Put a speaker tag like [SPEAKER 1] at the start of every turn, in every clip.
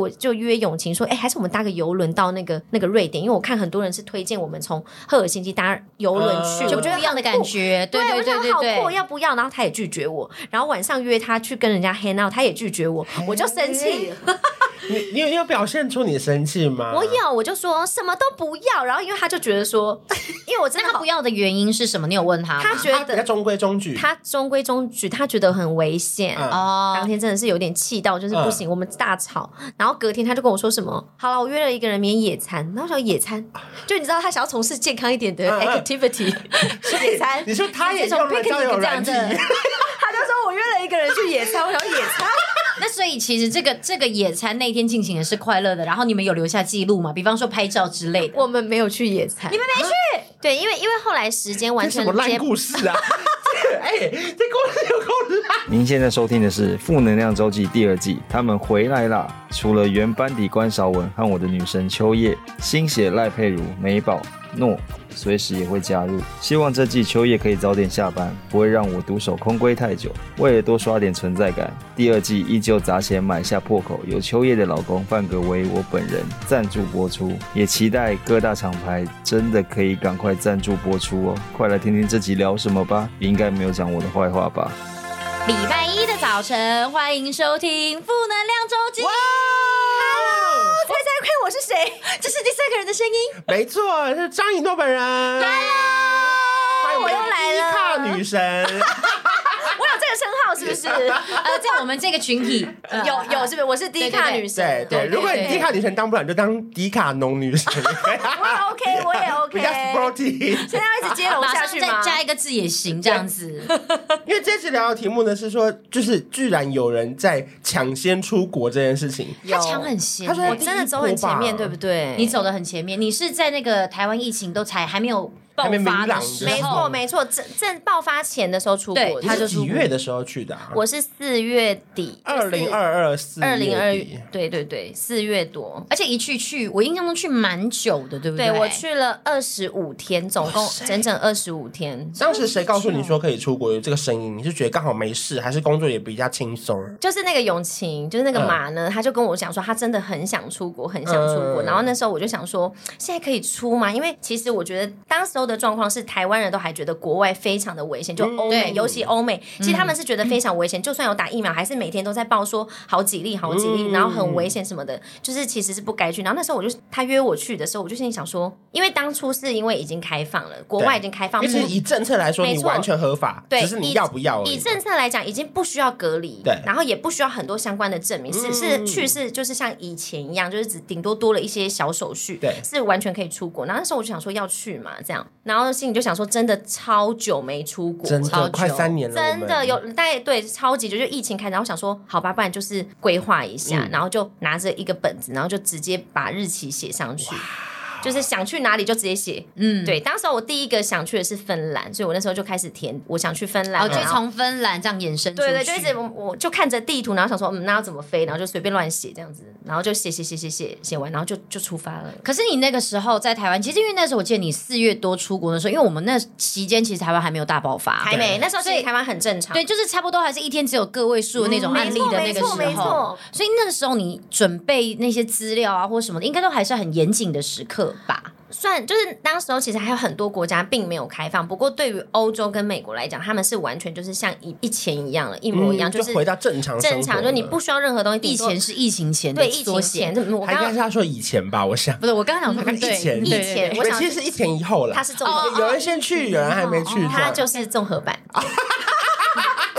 [SPEAKER 1] 我就约永晴说，哎、还是我们搭个游轮到那个那个瑞典，因为我看很多人是推荐我们从赫尔辛基搭游轮去，
[SPEAKER 2] 嗯
[SPEAKER 1] 我
[SPEAKER 2] 就
[SPEAKER 1] 觉得
[SPEAKER 2] 不
[SPEAKER 1] 很
[SPEAKER 2] 一样的感
[SPEAKER 1] 酷。
[SPEAKER 2] 觉，对
[SPEAKER 1] 我
[SPEAKER 2] 对
[SPEAKER 1] 就
[SPEAKER 2] 对对
[SPEAKER 1] 好
[SPEAKER 2] 对
[SPEAKER 1] 酷，。要不要？然后他也拒绝我，然后晚上约他去跟人家 hang out，他也拒绝我，
[SPEAKER 2] 哎
[SPEAKER 1] 我就生气了。
[SPEAKER 3] 你你有你有表现出你生气吗？
[SPEAKER 1] 我有，我就说什么都不要，然后因为他就觉得说， 因为我真的
[SPEAKER 2] 那他
[SPEAKER 1] 好
[SPEAKER 2] 不要的原因是什么？你有问他吗？
[SPEAKER 1] 他觉
[SPEAKER 3] 他比较
[SPEAKER 1] 得
[SPEAKER 3] 中规中矩。
[SPEAKER 1] 他中规中矩，他觉得很危险。
[SPEAKER 3] 嗯
[SPEAKER 2] 哦
[SPEAKER 1] 当，天真的是有点气到，就是不行，我们大吵。然后隔天他就跟我说什么，好了，我约了一个人免野餐。然后我想野餐，就你知道他想要从事健康一点的
[SPEAKER 3] 嗯嗯
[SPEAKER 1] activity，去 野餐。
[SPEAKER 3] 你说他也
[SPEAKER 1] 这种
[SPEAKER 3] 用了
[SPEAKER 1] picnic
[SPEAKER 3] 交友
[SPEAKER 1] 这
[SPEAKER 3] 软
[SPEAKER 1] 样
[SPEAKER 3] 体
[SPEAKER 1] 子，，他就说我约了一个人去野餐，我想野 餐。
[SPEAKER 2] 那所以其实这个这个野餐那天进行的是快乐的，然后你们有留下记录吗？比方说拍照之类的。
[SPEAKER 1] 我们没有去野餐，你们没去？对，因为因为后来时间完
[SPEAKER 3] 啊 这什
[SPEAKER 1] 全
[SPEAKER 3] 么烂
[SPEAKER 1] 接
[SPEAKER 3] 故事啊？ 这哎，这故事有够烂。
[SPEAKER 4] 您现在收听的是《负能量周记》第二季，他们回来啦！除了原班底关韶文和我的女神秋叶，新血赖佩如、美宝、诺随时也会加入。希望这季秋叶可以早点下班，不会让我独守空闺太久。为了多刷点存在感，第二季依旧砸钱买下破口，由秋叶的老公范格为我本人赞助播出，也期待各大厂牌真的可以赶快赞助播出哦！快来听听这集聊什么吧，应该没有讲我的坏话吧？
[SPEAKER 2] 礼拜一的早晨，欢迎收听《负能量周记》，
[SPEAKER 1] 猜猜看我是谁？
[SPEAKER 2] 这是第三个人的声音。
[SPEAKER 3] 没错，是张以诺本人。Hello，
[SPEAKER 1] 我又来了
[SPEAKER 3] 卡 女神。
[SPEAKER 1] 我有这个称号是不是？
[SPEAKER 2] 呃，在我们这个群体，呃
[SPEAKER 1] 有有是不是？我是低卡
[SPEAKER 2] 对对对
[SPEAKER 1] 女神。
[SPEAKER 3] 嗯
[SPEAKER 1] 哦
[SPEAKER 3] 对对，如果你迪卡女神当不了，你就当迪卡侬 女神。
[SPEAKER 1] 我也 OK，我也 OK。
[SPEAKER 3] 比较 sporty。
[SPEAKER 1] 现在要一直接龙
[SPEAKER 2] 马
[SPEAKER 1] 下
[SPEAKER 2] 上
[SPEAKER 1] 去
[SPEAKER 2] 再
[SPEAKER 1] 吗？
[SPEAKER 2] 加一个字也行，这样子。
[SPEAKER 3] 因为这次聊的题目呢是说，就是居然有人在抢先出国这件事情。
[SPEAKER 2] 他抢很先
[SPEAKER 3] 他，说
[SPEAKER 1] 我真的走很前面，对不对？
[SPEAKER 2] 你走的很前面，你是在那个台湾疫情都才还没有爆
[SPEAKER 3] 还没明
[SPEAKER 2] 发
[SPEAKER 3] 朗
[SPEAKER 2] 的
[SPEAKER 3] 的
[SPEAKER 2] 时
[SPEAKER 1] 没
[SPEAKER 2] 候，
[SPEAKER 1] 错没错，正正爆发前的时候出国，
[SPEAKER 2] 对
[SPEAKER 1] 他
[SPEAKER 2] 他
[SPEAKER 1] 就
[SPEAKER 2] 就
[SPEAKER 3] 几
[SPEAKER 2] 出国
[SPEAKER 3] 月的时候去的、啊？
[SPEAKER 1] 我是四月底，
[SPEAKER 3] 二零二二四
[SPEAKER 1] 二零二
[SPEAKER 3] 月底，
[SPEAKER 1] 对对对，四月多。
[SPEAKER 2] 而且一去去，我印象中去蛮久的，对不
[SPEAKER 1] 对
[SPEAKER 2] 对
[SPEAKER 1] 我，去了二十五天，总共整整二十五天，
[SPEAKER 3] 当时谁告诉
[SPEAKER 1] 啊
[SPEAKER 3] 你说可以出国有这个声音？你是觉得刚好没事，还是工作也比较轻松？
[SPEAKER 1] 就是那个永晴，就是那
[SPEAKER 3] 嗯
[SPEAKER 1] 个马呢，他就跟我讲说，他真的很想出国，很想出国。
[SPEAKER 3] 嗯
[SPEAKER 1] 然后那时候我就想说，现在可以出吗？因为其实我觉得当时候的状况是，台湾人都还觉得国外非常的危险，就
[SPEAKER 3] 嗯
[SPEAKER 1] 欧美，
[SPEAKER 2] 对
[SPEAKER 1] 尤其欧美，其实他们是觉得非常危险。就算有打疫苗，还是每天都在报说好几例、好几例，
[SPEAKER 3] 嗯
[SPEAKER 1] 然后很危险什么的，就是其实是不该去。然后那时候我就他约我去的时候，我就心里想说，因为当初是因为已经开放了，国外已经开放，
[SPEAKER 3] 因为以政策来说，
[SPEAKER 1] 啊没
[SPEAKER 3] 你
[SPEAKER 1] 错
[SPEAKER 3] 完全合法，
[SPEAKER 1] 对
[SPEAKER 3] 只是你要不要而
[SPEAKER 1] 以
[SPEAKER 3] 已。啊
[SPEAKER 1] 政策来讲，已经不需要隔离，
[SPEAKER 3] 对嗯
[SPEAKER 1] 然后也不需要很多相关的证明，是是去是就是像以前一样，就是只顶多多了一些小手续，
[SPEAKER 3] 对
[SPEAKER 1] 是完全可以出国。然后那时候我就想说要去嘛，这样，然后心里就想说，真的超久没出国，
[SPEAKER 3] 真
[SPEAKER 2] 超
[SPEAKER 3] 的
[SPEAKER 2] 久
[SPEAKER 3] 快三年了，
[SPEAKER 1] 真
[SPEAKER 3] 我
[SPEAKER 1] 的
[SPEAKER 3] 们
[SPEAKER 1] 有大概对超级久，就疫情开始，然后想说好吧，不然就是规划一下，
[SPEAKER 3] 嗯
[SPEAKER 1] 然后就拿着一个本子，然后就直接把日期写上去。就是想去哪里就直接写，嗯，对。当时我第一个想去的是芬兰，所以我那时候就开始填，我想去芬兰，
[SPEAKER 2] 哦，就
[SPEAKER 1] 然后
[SPEAKER 2] 从芬兰这样延伸出去，
[SPEAKER 1] 嗯对对，就一直我我就看着地图，然后想说，嗯，那要怎么飞？然后就随便乱写这样子，然后就写写写写写写完，然后就就出发了。
[SPEAKER 2] 可是你那个时候在台湾，其实因为那时候我记得你四月多出国的时候，因为我们那期间其实台湾还没有大爆发，
[SPEAKER 1] 还没，那时候其
[SPEAKER 2] 所
[SPEAKER 1] 实
[SPEAKER 2] 以
[SPEAKER 1] 台湾很正常，
[SPEAKER 2] 对，就是差不多还是一天只有个位数的那种
[SPEAKER 1] 嗯
[SPEAKER 2] 案例的那
[SPEAKER 1] 没
[SPEAKER 2] 个
[SPEAKER 1] 错没
[SPEAKER 2] 时
[SPEAKER 1] 错
[SPEAKER 2] 候，所以那个时候你准备那些资料啊或什么的，应该都还是很严谨的时刻吧？
[SPEAKER 1] 算就是当时候其实还有很多国家并没有开放，不过对于欧洲跟美国来讲，他们是完全就是像以以前一样了，一模一样，
[SPEAKER 3] 嗯就是回到正常生活
[SPEAKER 1] 正常，就你
[SPEAKER 3] 了
[SPEAKER 1] 不需要任何东西。
[SPEAKER 2] 疫
[SPEAKER 1] 顶多
[SPEAKER 2] 情是疫情前的
[SPEAKER 1] 对疫
[SPEAKER 2] 缩
[SPEAKER 1] 情
[SPEAKER 2] 写
[SPEAKER 1] 前，这我
[SPEAKER 3] 还
[SPEAKER 1] 刚
[SPEAKER 3] 应该是
[SPEAKER 1] 刚
[SPEAKER 3] 他说以前吧，我想，
[SPEAKER 2] 不是我刚刚想 说
[SPEAKER 3] 疫
[SPEAKER 2] 对
[SPEAKER 3] 情
[SPEAKER 2] 对
[SPEAKER 1] 疫
[SPEAKER 2] 对
[SPEAKER 1] 情
[SPEAKER 2] 对
[SPEAKER 1] 我想
[SPEAKER 3] 其实是一前一后了。
[SPEAKER 1] 他是综合，
[SPEAKER 3] 有人先去，有人还没去，
[SPEAKER 1] 他就是综合版。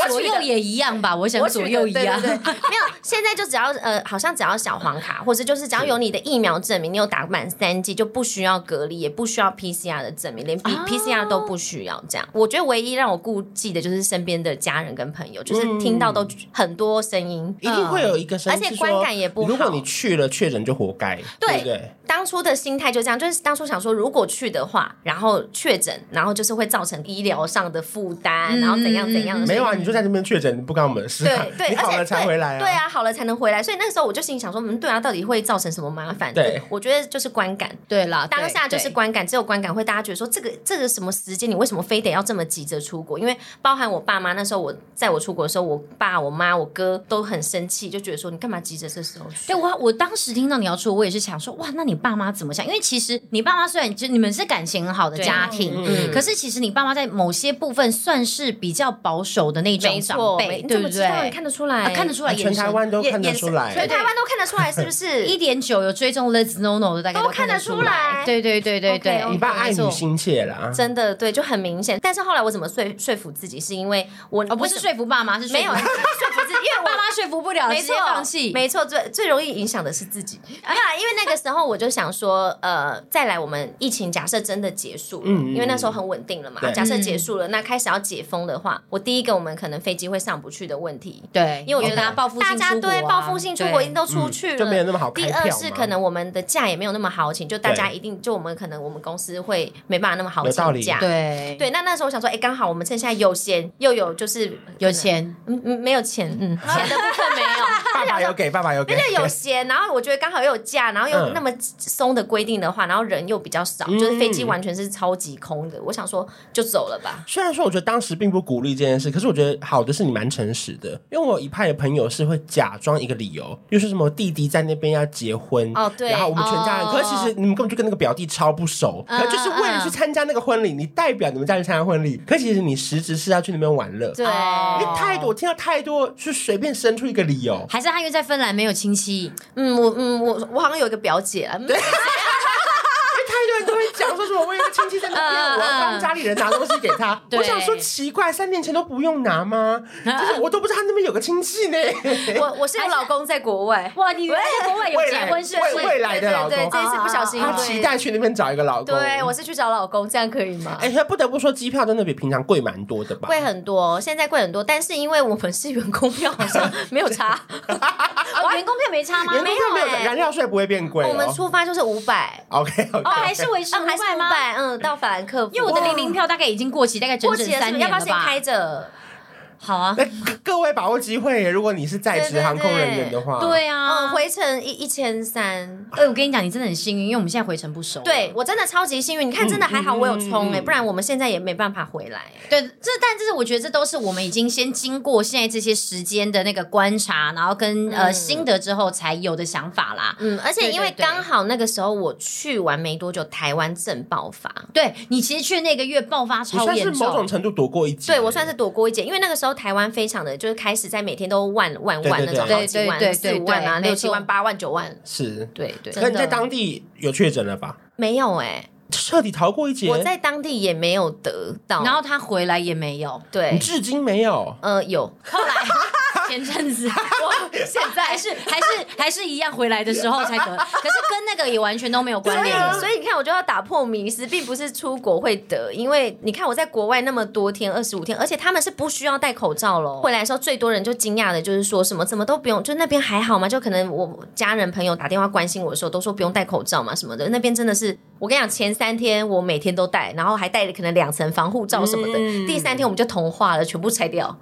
[SPEAKER 2] 左右也一样吧？我想
[SPEAKER 1] 取
[SPEAKER 2] 左
[SPEAKER 1] 的
[SPEAKER 2] 右一样，
[SPEAKER 1] 对对对 没有。现在就只要呃，好像只要小黄卡，或者就是只要有你的疫苗证明，你有打满三剂，就不需要隔离，也不需要 PCR 的证明，连
[SPEAKER 2] 哦
[SPEAKER 1] P、PCR 都不需要。这样，我觉得唯一让我顾忌的就是身边的家人跟朋友，就是听到都很多声音。
[SPEAKER 2] 嗯
[SPEAKER 3] 一定会有一个声
[SPEAKER 1] 嗯
[SPEAKER 3] 音
[SPEAKER 1] 而且
[SPEAKER 3] 是说
[SPEAKER 1] 观感也不好
[SPEAKER 3] 如果你去了确诊就活该，对不对？
[SPEAKER 1] 当初的心态就这样，就是当初想说，如果去的话，然后确诊，然后就是会造成医疗上的负担，然后怎样怎样的。
[SPEAKER 2] 嗯
[SPEAKER 1] 嗯
[SPEAKER 3] 没有啊，你就
[SPEAKER 1] 说。
[SPEAKER 3] 在这边确诊，你不关我们的事啊、
[SPEAKER 1] 对对，
[SPEAKER 3] 你
[SPEAKER 1] 而
[SPEAKER 3] 好
[SPEAKER 1] 且
[SPEAKER 3] 了才
[SPEAKER 1] 对
[SPEAKER 3] 回来啊。
[SPEAKER 1] 对，啊，好了才能回来。所以那个时候我就心里想说，嗯，对啊，到底会造成什么麻烦？
[SPEAKER 3] 对
[SPEAKER 1] 我觉得就是观感。
[SPEAKER 2] 对啦，
[SPEAKER 1] 当下就
[SPEAKER 2] 对
[SPEAKER 1] 是
[SPEAKER 2] 对
[SPEAKER 1] 观感，只有观感会大家觉得说这个这个什么时间，你为什么非得要这么急着出国？因为包含我爸妈那时候我在我出国的时候，我爸、我妈、我哥都很生气，就觉得说你干嘛急着这时候去？
[SPEAKER 2] 对我，我当时听到你要出，我也是想说，哇，那你爸妈怎么想？因为其实你爸妈虽然就你们是感情很好的
[SPEAKER 1] 对
[SPEAKER 2] 家庭，
[SPEAKER 3] 嗯
[SPEAKER 2] 可是其实你爸妈在某些部分算是比较保守的那种
[SPEAKER 1] 没
[SPEAKER 2] 长
[SPEAKER 1] 错，
[SPEAKER 2] 辈，
[SPEAKER 1] 没
[SPEAKER 2] 对
[SPEAKER 1] 你怎
[SPEAKER 2] 不
[SPEAKER 1] 么知道？你
[SPEAKER 2] 对？
[SPEAKER 1] 看得出来，
[SPEAKER 2] 啊看得出来，
[SPEAKER 3] 全台湾都看得出来
[SPEAKER 1] 全台湾都看得出来，是不是？
[SPEAKER 2] 一点九有追踪 Let's No No 的，大概
[SPEAKER 1] 都看
[SPEAKER 2] 看得
[SPEAKER 1] 得
[SPEAKER 2] 出
[SPEAKER 1] 出来
[SPEAKER 2] 对对对对对
[SPEAKER 1] OK，OK
[SPEAKER 3] 你爸爱
[SPEAKER 2] 没错
[SPEAKER 3] 女心切啦。
[SPEAKER 1] 真的对，就很明显。但是后来我怎么说说服自己，是因为我
[SPEAKER 2] 哦，不是说服爸妈，是说服
[SPEAKER 1] 没 有说服 自己，因为我
[SPEAKER 2] 爸妈说服不了，
[SPEAKER 1] 没
[SPEAKER 2] 直接
[SPEAKER 1] 错，
[SPEAKER 2] 放弃。
[SPEAKER 1] 没错，最最容易影响的是自 己。没有啊，因为那个时候我就想说，呃，再来我们疫情假设真的结束了，
[SPEAKER 3] 嗯嗯
[SPEAKER 1] 因为那时候很稳定了嘛
[SPEAKER 3] 对，
[SPEAKER 1] 假设结束了，那开始要解封的话，我第一个我们可能飞机会上不去的问题。
[SPEAKER 2] 对，
[SPEAKER 1] 因为我觉得
[SPEAKER 2] 大家报复
[SPEAKER 1] 大
[SPEAKER 2] 性
[SPEAKER 1] 家
[SPEAKER 2] 出国啊
[SPEAKER 1] 对嗯报复性出国一定
[SPEAKER 2] 对
[SPEAKER 1] 都出去了，
[SPEAKER 3] 嗯就没有那么好开
[SPEAKER 1] 第
[SPEAKER 3] 票嘛
[SPEAKER 1] 二是可能我们的假也没有那么好请，就大家一定就我们可能我们公司会没办法那么好
[SPEAKER 3] 有道理
[SPEAKER 1] 请假。
[SPEAKER 2] 对
[SPEAKER 1] 对，那那时候我想说，哎，刚好我们趁现在有闲又有就是
[SPEAKER 2] 有，钱，
[SPEAKER 1] 嗯嗯，没有钱，嗯，钱的部分没 有，
[SPEAKER 3] 爸爸有给，爸爸有给，
[SPEAKER 1] 因为有闲，然后我觉得刚好又有假，然后又
[SPEAKER 3] 嗯
[SPEAKER 1] 那么松的规定的话，然后人又比较少，就是飞机完全是超级空的。我想说就走了吧。
[SPEAKER 3] 虽然说我觉得当时并不鼓励这件事，可是我觉得好的是你蛮诚实的，因为我有一派的朋友是会假装一个理由，又是什么弟弟在那边要结婚，
[SPEAKER 1] 哦对
[SPEAKER 3] 然后我们全家人，
[SPEAKER 2] 哦
[SPEAKER 3] 可是其实你们根本就跟那个表弟超不熟，
[SPEAKER 2] 嗯
[SPEAKER 3] 可是就是为了去参加那个婚礼，你代表你们家人参加婚礼，可是其实你实质是要去那边玩乐。
[SPEAKER 1] 对，
[SPEAKER 2] 哦
[SPEAKER 3] 因为太多，我听到太多是随便生出一个理由，
[SPEAKER 2] 还是他因为在芬兰没有亲戚，
[SPEAKER 1] 嗯，我嗯我我好像有一个表姐啊，嗯
[SPEAKER 3] 太多人都会讲说什么我有个亲戚在那边，
[SPEAKER 2] 嗯嗯
[SPEAKER 3] 我要帮家里人拿东西给他。
[SPEAKER 2] 对
[SPEAKER 3] 我想说奇怪，三年前都不用拿吗？就是我都不知道他那边有个亲戚呢。
[SPEAKER 1] 嗯我我是有老公在国 外，
[SPEAKER 2] 哇，你原来在国外有
[SPEAKER 3] 未
[SPEAKER 2] 结
[SPEAKER 3] 来
[SPEAKER 2] 婚是不
[SPEAKER 3] 未未
[SPEAKER 2] 是？
[SPEAKER 3] 来的老
[SPEAKER 1] 对对
[SPEAKER 3] 公，
[SPEAKER 1] 对，这一次不小心
[SPEAKER 3] 他期，待去那边找一个老公。
[SPEAKER 1] 对对，我是去找老公，这样可以吗？
[SPEAKER 3] 哎，他不得不说机票真的比平常贵蛮多的吧？
[SPEAKER 1] 贵很多，哦现在贵很多，但是因为我们是员工票，好像没有 差。
[SPEAKER 2] 哦，员工票 没差吗？
[SPEAKER 3] 员工票没有
[SPEAKER 1] 没有哎
[SPEAKER 3] 燃料税不会变贵哦。
[SPEAKER 1] 我们出发就是五百，
[SPEAKER 3] OK OK，
[SPEAKER 2] 哦，还是维持
[SPEAKER 1] 嗯，还是
[SPEAKER 2] 500
[SPEAKER 1] 五
[SPEAKER 2] 吗？
[SPEAKER 1] 百，嗯，到法兰克福，
[SPEAKER 2] 因为我的零零票大概已经过期，大概整
[SPEAKER 1] 过
[SPEAKER 2] 整
[SPEAKER 1] 期了，是
[SPEAKER 2] 三
[SPEAKER 1] 不是要
[SPEAKER 2] 年
[SPEAKER 1] 不要
[SPEAKER 2] 了
[SPEAKER 1] 先开
[SPEAKER 2] 吧。
[SPEAKER 1] 着？
[SPEAKER 2] 好啊，
[SPEAKER 3] 那各各位把握机会，如果你是在职
[SPEAKER 1] 对对
[SPEAKER 3] 航空人员的话，
[SPEAKER 2] 对
[SPEAKER 1] 嗯，
[SPEAKER 2] 啊，
[SPEAKER 1] 回程一一千三。
[SPEAKER 2] 哎，我跟你讲，你真的很幸运，因为我们现在回程不熟。
[SPEAKER 1] 对我真的超级幸运，你看真的还好我有冲哎、不然我们现在也没办法回来、
[SPEAKER 2] 对，这但这是我觉得这都是我们已经先经过现在这些时间的那个观察，然后跟呃心得之后才有的想法啦。
[SPEAKER 1] 嗯，而且因为
[SPEAKER 2] 对对对
[SPEAKER 1] 刚好那个时候我去完没多久，台湾正爆发，
[SPEAKER 2] 对你其实去那个月爆发
[SPEAKER 3] 你
[SPEAKER 2] 超
[SPEAKER 3] 算是
[SPEAKER 2] 严
[SPEAKER 3] 某种
[SPEAKER 2] 重，
[SPEAKER 3] 程度躲过一劫。
[SPEAKER 1] 对我算是躲过一劫，因为那个时候台湾非常的就是开始在每天都万万万那种，
[SPEAKER 3] 对
[SPEAKER 1] 好几
[SPEAKER 2] 对对
[SPEAKER 1] 万、
[SPEAKER 2] 对
[SPEAKER 1] 四五万啊、
[SPEAKER 2] 对对
[SPEAKER 1] 六七万、八万、九万，
[SPEAKER 3] 是。
[SPEAKER 1] 对对，
[SPEAKER 2] 真
[SPEAKER 3] 可
[SPEAKER 2] 的
[SPEAKER 3] 你在当地有确诊了吧？
[SPEAKER 1] 没有哎、
[SPEAKER 3] 彻底逃过一劫。
[SPEAKER 1] 我在当地也没有得到，
[SPEAKER 2] 然后他回来也没有。
[SPEAKER 3] 你
[SPEAKER 1] 对，
[SPEAKER 3] 至今没有。
[SPEAKER 1] 呃，有
[SPEAKER 2] 后来前 阵子，我现在还是还是还是一样回来的时候才得，可是跟那个也完全都没有关联了。
[SPEAKER 1] 所以你看，我就要打破迷思，并不是出国会得，因为你看我在国外那么多天，二十五天，而且他们是不需要戴口罩喽。回来的时候，最多人就惊讶的就是说什么怎么都不用，就那边还好吗？就可能我家人朋友打电话关心我的时候，都说不用戴口罩嘛什么的。那边真的是，我跟你讲，前三天我每天都戴，然后还戴了可能两层防护罩什么的，
[SPEAKER 3] 嗯
[SPEAKER 1] 第三天我们就同化了，全部拆掉。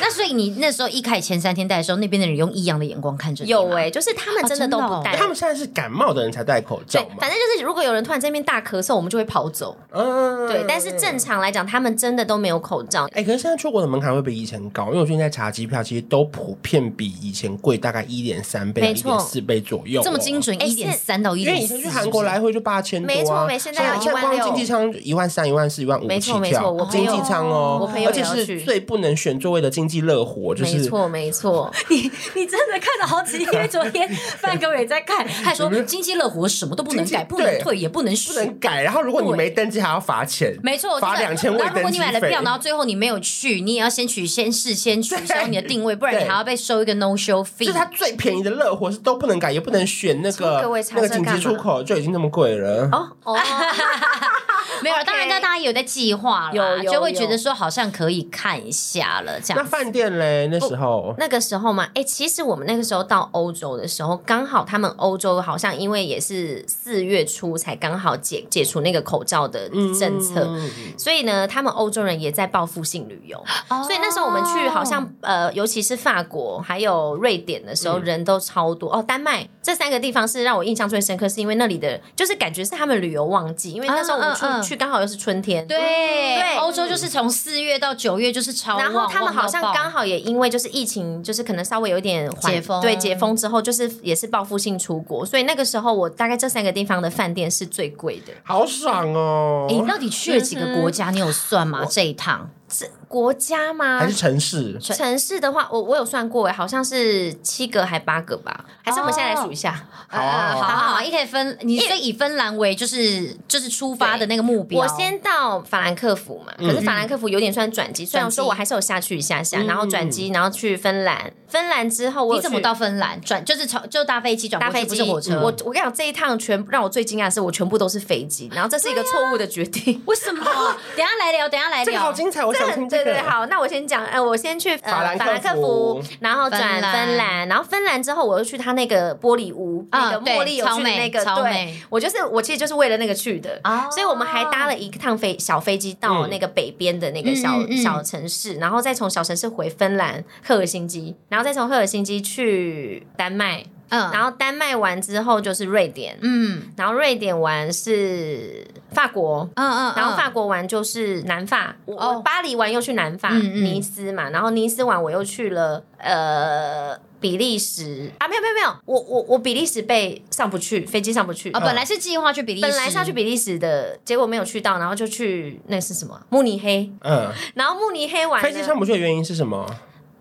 [SPEAKER 2] 那所以你那时候一开始前三天带的时候，那边的人用异样的眼光看着你吗
[SPEAKER 1] 有哎、就是他们真的哦都不戴。
[SPEAKER 3] 他们现在是感冒的人才戴口
[SPEAKER 1] 哎对
[SPEAKER 3] 罩，嘛
[SPEAKER 1] 反？正就是如果有人突然在那边大咳嗽，我们就会跑走。
[SPEAKER 3] 嗯，
[SPEAKER 1] 对，但是正常来讲，他们真的都没有口罩。
[SPEAKER 3] 哎、可是现在出国的门槛会比以前高，因为我最近在查机票，其实都普遍比以前贵大概一点三倍、啊一
[SPEAKER 1] 没
[SPEAKER 3] 点
[SPEAKER 1] 错
[SPEAKER 3] 四倍左右、啊
[SPEAKER 2] 这么精。准，
[SPEAKER 1] 哎
[SPEAKER 2] 一点三到一
[SPEAKER 3] 因为
[SPEAKER 2] 点
[SPEAKER 3] 以
[SPEAKER 2] 四。
[SPEAKER 3] 前去韩国来回就八千多、啊，
[SPEAKER 1] 没错没现在要
[SPEAKER 3] 现在光
[SPEAKER 1] 16,000
[SPEAKER 3] 经济舱一万三、一万四、一万五
[SPEAKER 1] 没
[SPEAKER 3] 起
[SPEAKER 1] 错没
[SPEAKER 3] 跳，
[SPEAKER 1] 错我朋
[SPEAKER 3] 经
[SPEAKER 1] 友
[SPEAKER 3] 济舱哦，
[SPEAKER 1] 我朋友
[SPEAKER 3] 而且
[SPEAKER 1] 也要
[SPEAKER 3] 是
[SPEAKER 1] 去
[SPEAKER 3] 最不能选座位的经济乐活，就
[SPEAKER 1] 没
[SPEAKER 3] 是
[SPEAKER 1] 错，没错，
[SPEAKER 2] 你你真的看了好几 天，昨天范哥也在看，还说金鸡乐活什么都不能
[SPEAKER 3] 经
[SPEAKER 2] 改，
[SPEAKER 3] 济
[SPEAKER 2] 不能
[SPEAKER 3] 对
[SPEAKER 2] 退，也不能续
[SPEAKER 3] 不。能改。然后如果你没登记，还要罚钱，
[SPEAKER 2] 没错，
[SPEAKER 3] 罚
[SPEAKER 2] 真的
[SPEAKER 3] 两千
[SPEAKER 2] 然
[SPEAKER 3] 未
[SPEAKER 2] 后如果
[SPEAKER 3] 登
[SPEAKER 2] 你
[SPEAKER 3] 记
[SPEAKER 2] 买了
[SPEAKER 3] 费
[SPEAKER 2] 票，。然后最后你没有去，你也要先取先事先取消
[SPEAKER 3] 对
[SPEAKER 2] 你的定位，不然你
[SPEAKER 3] 对
[SPEAKER 2] 还要被收一个 no show
[SPEAKER 3] 就是
[SPEAKER 2] fee。
[SPEAKER 3] 它最便宜的乐活是都不能改，也不能选那
[SPEAKER 1] 嗯请
[SPEAKER 3] 个
[SPEAKER 1] 各位查
[SPEAKER 3] 那个
[SPEAKER 1] 这
[SPEAKER 3] 紧急
[SPEAKER 1] 干嘛哦
[SPEAKER 3] 出口就已经那么贵了。
[SPEAKER 1] 哦哦，
[SPEAKER 2] 没有，当然
[SPEAKER 1] OK
[SPEAKER 2] 大家也有在计划
[SPEAKER 1] 有
[SPEAKER 2] 啦，
[SPEAKER 1] 有
[SPEAKER 2] 就会觉得说好像可以看一下了这
[SPEAKER 3] 那
[SPEAKER 2] 样子。
[SPEAKER 3] 饭店嘞，那时候
[SPEAKER 1] 那个时候嘛，哎、其实我们那个时候到欧洲的时候，刚好他们欧洲好像因为也是四月初才刚好解解除那个口罩的政策，
[SPEAKER 3] 嗯
[SPEAKER 1] 所以呢，他们欧洲人也在报复性旅游，
[SPEAKER 2] 哦
[SPEAKER 1] 所以那时候我们去好像呃，尤其是法国还有瑞典的时
[SPEAKER 2] 嗯
[SPEAKER 1] 候，人都超多、哦。丹麦这三个地方是让我印象最深刻，是因为那里的就是感觉是他们旅游旺季，因为那时候我们去、
[SPEAKER 2] 嗯嗯嗯
[SPEAKER 1] 去刚好又是春天，嗯
[SPEAKER 2] 对
[SPEAKER 1] 对
[SPEAKER 2] 欧洲就是从四月到九月就是超旺，
[SPEAKER 1] 然后他们
[SPEAKER 2] 旺到
[SPEAKER 1] 好像
[SPEAKER 2] 爆
[SPEAKER 1] 刚好也因为就是疫情，就是可能稍微有一点缓
[SPEAKER 2] 解封
[SPEAKER 1] 对解封之后，就是也是报复性出国，所以那个时候我大概这三个地方的饭店是最贵的。
[SPEAKER 3] 好爽哦
[SPEAKER 1] 哎
[SPEAKER 2] 诶，你到底去了几个国家？你有算吗？这一趟
[SPEAKER 1] 这国家吗
[SPEAKER 3] 还？是城市？
[SPEAKER 1] 城市的话，我我有算过哎，好像是七个还八个吧，还是我们现在来数一下。
[SPEAKER 3] 好啊
[SPEAKER 2] 呃
[SPEAKER 3] 好
[SPEAKER 2] 好
[SPEAKER 3] 啊
[SPEAKER 2] 好好，也可以分，你是以芬兰为就是就是出发的那个目标。
[SPEAKER 1] 我先到法兰克福嘛，可是法兰克福有点算嗯转机，虽嗯然说我还是有下去一下下，然后转机，然后去芬兰。芬兰之后我有
[SPEAKER 2] 你怎
[SPEAKER 1] 去
[SPEAKER 2] 么到芬兰？转就是从就搭飞机转
[SPEAKER 1] 搭
[SPEAKER 2] 过
[SPEAKER 1] 飞
[SPEAKER 2] 去，
[SPEAKER 1] 机嗯
[SPEAKER 2] 啊不是火车。
[SPEAKER 1] 我我跟你讲，这一趟全让我最惊讶的是，我全部都是飞机，然后这是一个错误的决定。
[SPEAKER 2] 为什么？等一下来聊，等一下来
[SPEAKER 3] 这个
[SPEAKER 2] 聊
[SPEAKER 3] 好。精彩，我想
[SPEAKER 2] 嗯
[SPEAKER 3] 听这
[SPEAKER 1] 对
[SPEAKER 3] 个。
[SPEAKER 1] 对，好，那我先讲，呃，我先去呃
[SPEAKER 3] 法兰克
[SPEAKER 1] 克
[SPEAKER 3] 福
[SPEAKER 1] 福，然后转
[SPEAKER 2] 芬兰
[SPEAKER 1] 芬兰，然后芬兰之后，我又去他那个玻璃屋，那
[SPEAKER 2] 啊
[SPEAKER 1] 个
[SPEAKER 2] 对
[SPEAKER 1] 茉莉有
[SPEAKER 2] 超
[SPEAKER 1] 去的
[SPEAKER 2] 美
[SPEAKER 1] 那个，
[SPEAKER 2] 超
[SPEAKER 1] 对
[SPEAKER 2] 美，
[SPEAKER 1] 我就是我其实就是为了那个去的
[SPEAKER 2] 哦，
[SPEAKER 1] 所以我们还搭了一趟飞小飞机到
[SPEAKER 3] 嗯
[SPEAKER 1] 那个北边的那个小
[SPEAKER 2] 嗯嗯嗯
[SPEAKER 1] 小城市，然后再从小城市回芬兰赫尔辛基，然后再从赫尔辛基去丹麦，
[SPEAKER 2] 嗯
[SPEAKER 1] 然后丹麦完之后就是瑞典，
[SPEAKER 2] 嗯
[SPEAKER 1] 然后瑞典完是法国。
[SPEAKER 2] 嗯嗯，
[SPEAKER 1] 然后法国完就是南法，我
[SPEAKER 2] 哦
[SPEAKER 1] 我巴黎完又去南法，
[SPEAKER 2] 嗯嗯
[SPEAKER 1] 尼斯嘛，然后尼斯完我又去了呃比利时啊，没有没有没有，我我我比利时被上不去，飞机上不去，
[SPEAKER 2] 啊，本来是计划去比利时，
[SPEAKER 1] 本来哦是要去比利时的，结果没有去到，然后就去那是什么啊慕尼黑，
[SPEAKER 3] 嗯，
[SPEAKER 1] 然后慕尼黑完呢
[SPEAKER 3] 飞机上不去的原因是什么？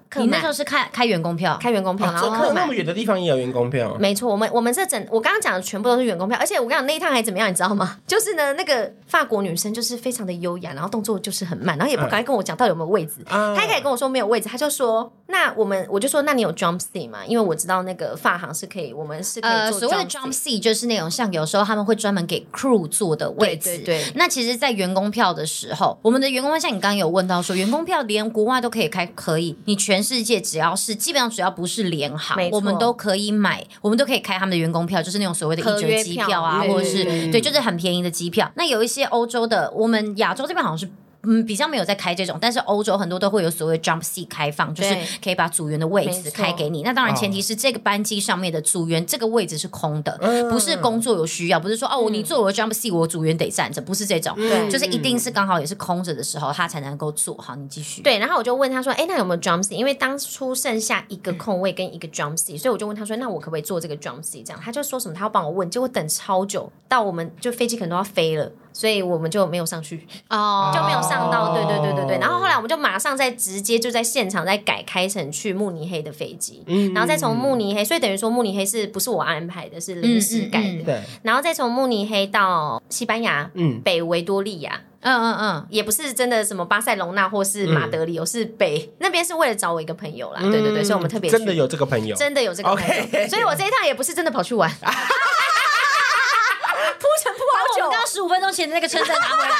[SPEAKER 1] 客
[SPEAKER 2] 你那
[SPEAKER 1] 满
[SPEAKER 2] 时候是开开员工票，
[SPEAKER 1] 开员工票，然后
[SPEAKER 3] 哦这
[SPEAKER 1] 客
[SPEAKER 3] 那
[SPEAKER 1] 满
[SPEAKER 3] 么。远的地方也有员工票，
[SPEAKER 1] 啊没错，我们我们这整我刚刚讲的全部都是员工票，而且我跟你讲那一趟还怎么样，你知道吗？ 就是呢，那个法国女生就是非常的优雅，然后动作就是很慢，然后也不赶快跟我讲到底有没有位置。
[SPEAKER 3] 啊
[SPEAKER 1] 她一开始跟我说没有位置，她就说那我们我就说那你有 jump seat 吗？因为我知道那个发行是可以，我们是可以
[SPEAKER 2] 呃，
[SPEAKER 1] 做
[SPEAKER 2] 所谓的
[SPEAKER 1] jump
[SPEAKER 2] jump
[SPEAKER 1] seat
[SPEAKER 2] seat 就是那种像有时候他们会专门给 crew 坐的位置。
[SPEAKER 1] 对对对
[SPEAKER 2] 那其实，在员工票的时候，我们的员工票像你刚刚有问到说，员工票连国外都可以开，可以，你全世界只要是基本上只要不是联航
[SPEAKER 1] 没，错
[SPEAKER 2] 我们都可以买，我们都可以开他们的员工票，就是那种所谓的
[SPEAKER 1] 合
[SPEAKER 2] 一
[SPEAKER 1] 约
[SPEAKER 2] 折机
[SPEAKER 1] 票
[SPEAKER 2] 票啊，
[SPEAKER 1] 对
[SPEAKER 2] 或者是
[SPEAKER 1] 对对
[SPEAKER 2] 对，就是很便宜的机票。那有一些欧洲的，我们亚洲这边好像是。嗯，比较没有在开这种，但是欧洲很多都会有所谓 jump seat 开放，就是
[SPEAKER 1] 对
[SPEAKER 2] 可以把组员的位
[SPEAKER 1] 没
[SPEAKER 2] 置
[SPEAKER 1] 错
[SPEAKER 2] 开给你。那当然前提是这个班机上面的组员这个位置是空的，
[SPEAKER 3] 嗯
[SPEAKER 2] 不是工作有需要，不是说哦，你做我的 jump seat，我组员得站着，不是这种，
[SPEAKER 3] 嗯
[SPEAKER 1] 对
[SPEAKER 2] 就是一定是刚好也是空着的时候，他才能够做好。你继续，，
[SPEAKER 1] 对，然后我就问他说：“哎，那有没有 jump seat？” 因为当初剩下一个空位跟一个 jump seat，所以我就问他说：“那我可不可以做这个 jump seat？” 这样他就说什么他要帮我问，结果等超久，到我们就飞机可能都要飞了，所以我们就没有上 去。
[SPEAKER 2] 哦，
[SPEAKER 1] 就没有上到，
[SPEAKER 3] 哦
[SPEAKER 1] 对对对对对。然后后来我们就马上再直接就在现场再改开成去慕尼黑的飞机，
[SPEAKER 3] 嗯
[SPEAKER 1] 然后再从慕尼黑，所以等于说慕尼黑是不是我安排的，是临时改
[SPEAKER 2] 嗯嗯
[SPEAKER 1] 的，
[SPEAKER 3] 对，
[SPEAKER 1] 然后再从慕尼黑到西班牙。
[SPEAKER 3] 嗯，
[SPEAKER 1] 北维多利亚
[SPEAKER 2] 嗯嗯嗯，
[SPEAKER 1] 也不是真的什么巴塞隆纳或是马德里，我是北那边是为了找我一个朋友啦，对对对，所以我们特别去
[SPEAKER 3] 嗯真的有这个朋友，
[SPEAKER 1] 真的有这个朋友
[SPEAKER 3] OK
[SPEAKER 1] 所以我这一趟也不是真的跑 去玩，铺陈
[SPEAKER 2] 我
[SPEAKER 1] 铺好
[SPEAKER 2] 们
[SPEAKER 1] 久
[SPEAKER 2] 刚，刚十五分钟前的那个称赞拿 回来，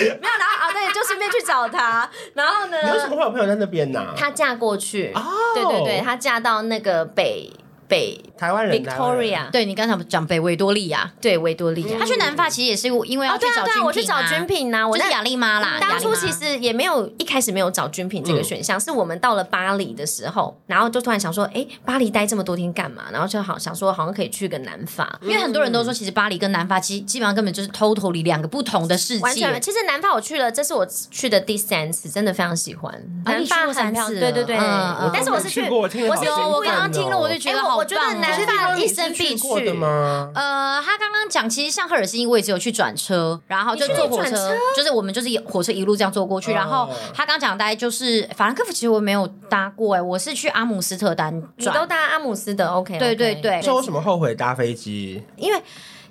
[SPEAKER 1] 没有，然后啊对，就顺便去找他，然后呢，
[SPEAKER 3] 你为什么会有朋友在那边呢？
[SPEAKER 1] 她嫁过去，
[SPEAKER 3] 哦
[SPEAKER 1] 对对对，她嫁到那个北北
[SPEAKER 3] 台湾人台湾人
[SPEAKER 1] Victoria，
[SPEAKER 2] 对你刚才讲北维多利亚，
[SPEAKER 1] 对维多利亚。
[SPEAKER 2] 他去南法其实也是因为
[SPEAKER 1] 哦
[SPEAKER 2] 要去
[SPEAKER 1] 对啊
[SPEAKER 2] 找
[SPEAKER 1] 对啊，我去
[SPEAKER 2] 军品
[SPEAKER 1] 找
[SPEAKER 2] 啊
[SPEAKER 1] 军品呐，我
[SPEAKER 2] 我是
[SPEAKER 1] 在
[SPEAKER 2] 雅丽妈啦，
[SPEAKER 1] 当
[SPEAKER 2] 雅
[SPEAKER 1] 初
[SPEAKER 2] 丽妈
[SPEAKER 1] 其实也没有一开始没有找军品这个选项，是我们到了巴黎的时候，然后就突然想说，哎，巴黎待这么多天干嘛？然后就好想说，好像可以去个南法。
[SPEAKER 2] 因为很多人都说，其实巴黎跟南法基基本上根本就是 totally 两个不同的世
[SPEAKER 1] 完
[SPEAKER 2] 界。
[SPEAKER 1] 全，其实南法我去了，这是我去的第三次，真的非常喜欢。
[SPEAKER 2] 啊
[SPEAKER 1] 南
[SPEAKER 2] 你去
[SPEAKER 1] 法
[SPEAKER 2] 过
[SPEAKER 1] 很
[SPEAKER 2] 三
[SPEAKER 1] 漂
[SPEAKER 2] 次
[SPEAKER 1] 亮，
[SPEAKER 2] 了
[SPEAKER 1] 对对对
[SPEAKER 2] 嗯嗯。
[SPEAKER 1] 但是我是
[SPEAKER 3] 去
[SPEAKER 1] 去，
[SPEAKER 3] 过，我听了
[SPEAKER 1] 我
[SPEAKER 3] 好
[SPEAKER 1] 是
[SPEAKER 3] 兴奋哦
[SPEAKER 2] 有，我刚刚听了我就觉
[SPEAKER 1] 哎
[SPEAKER 2] 得
[SPEAKER 1] 我
[SPEAKER 2] 好棒、哦
[SPEAKER 1] 我觉得南法一生必
[SPEAKER 3] 过
[SPEAKER 1] 去
[SPEAKER 3] 的。吗？
[SPEAKER 2] 呃，他刚刚讲，其实像赫尔辛基，我也只有去转车，然后就
[SPEAKER 1] 你去
[SPEAKER 2] 坐火
[SPEAKER 1] 转车
[SPEAKER 2] 就是我们就是一火车一路这样坐过去。
[SPEAKER 3] 哦
[SPEAKER 2] 然后他刚讲，大概就是法兰克福，其实我没有搭过、哎，我是去阿姆斯特丹
[SPEAKER 1] 你都
[SPEAKER 2] 转。
[SPEAKER 1] 搭阿姆斯的 OK？
[SPEAKER 2] 对对对
[SPEAKER 3] 所以为什么后悔搭飞机？
[SPEAKER 1] 因为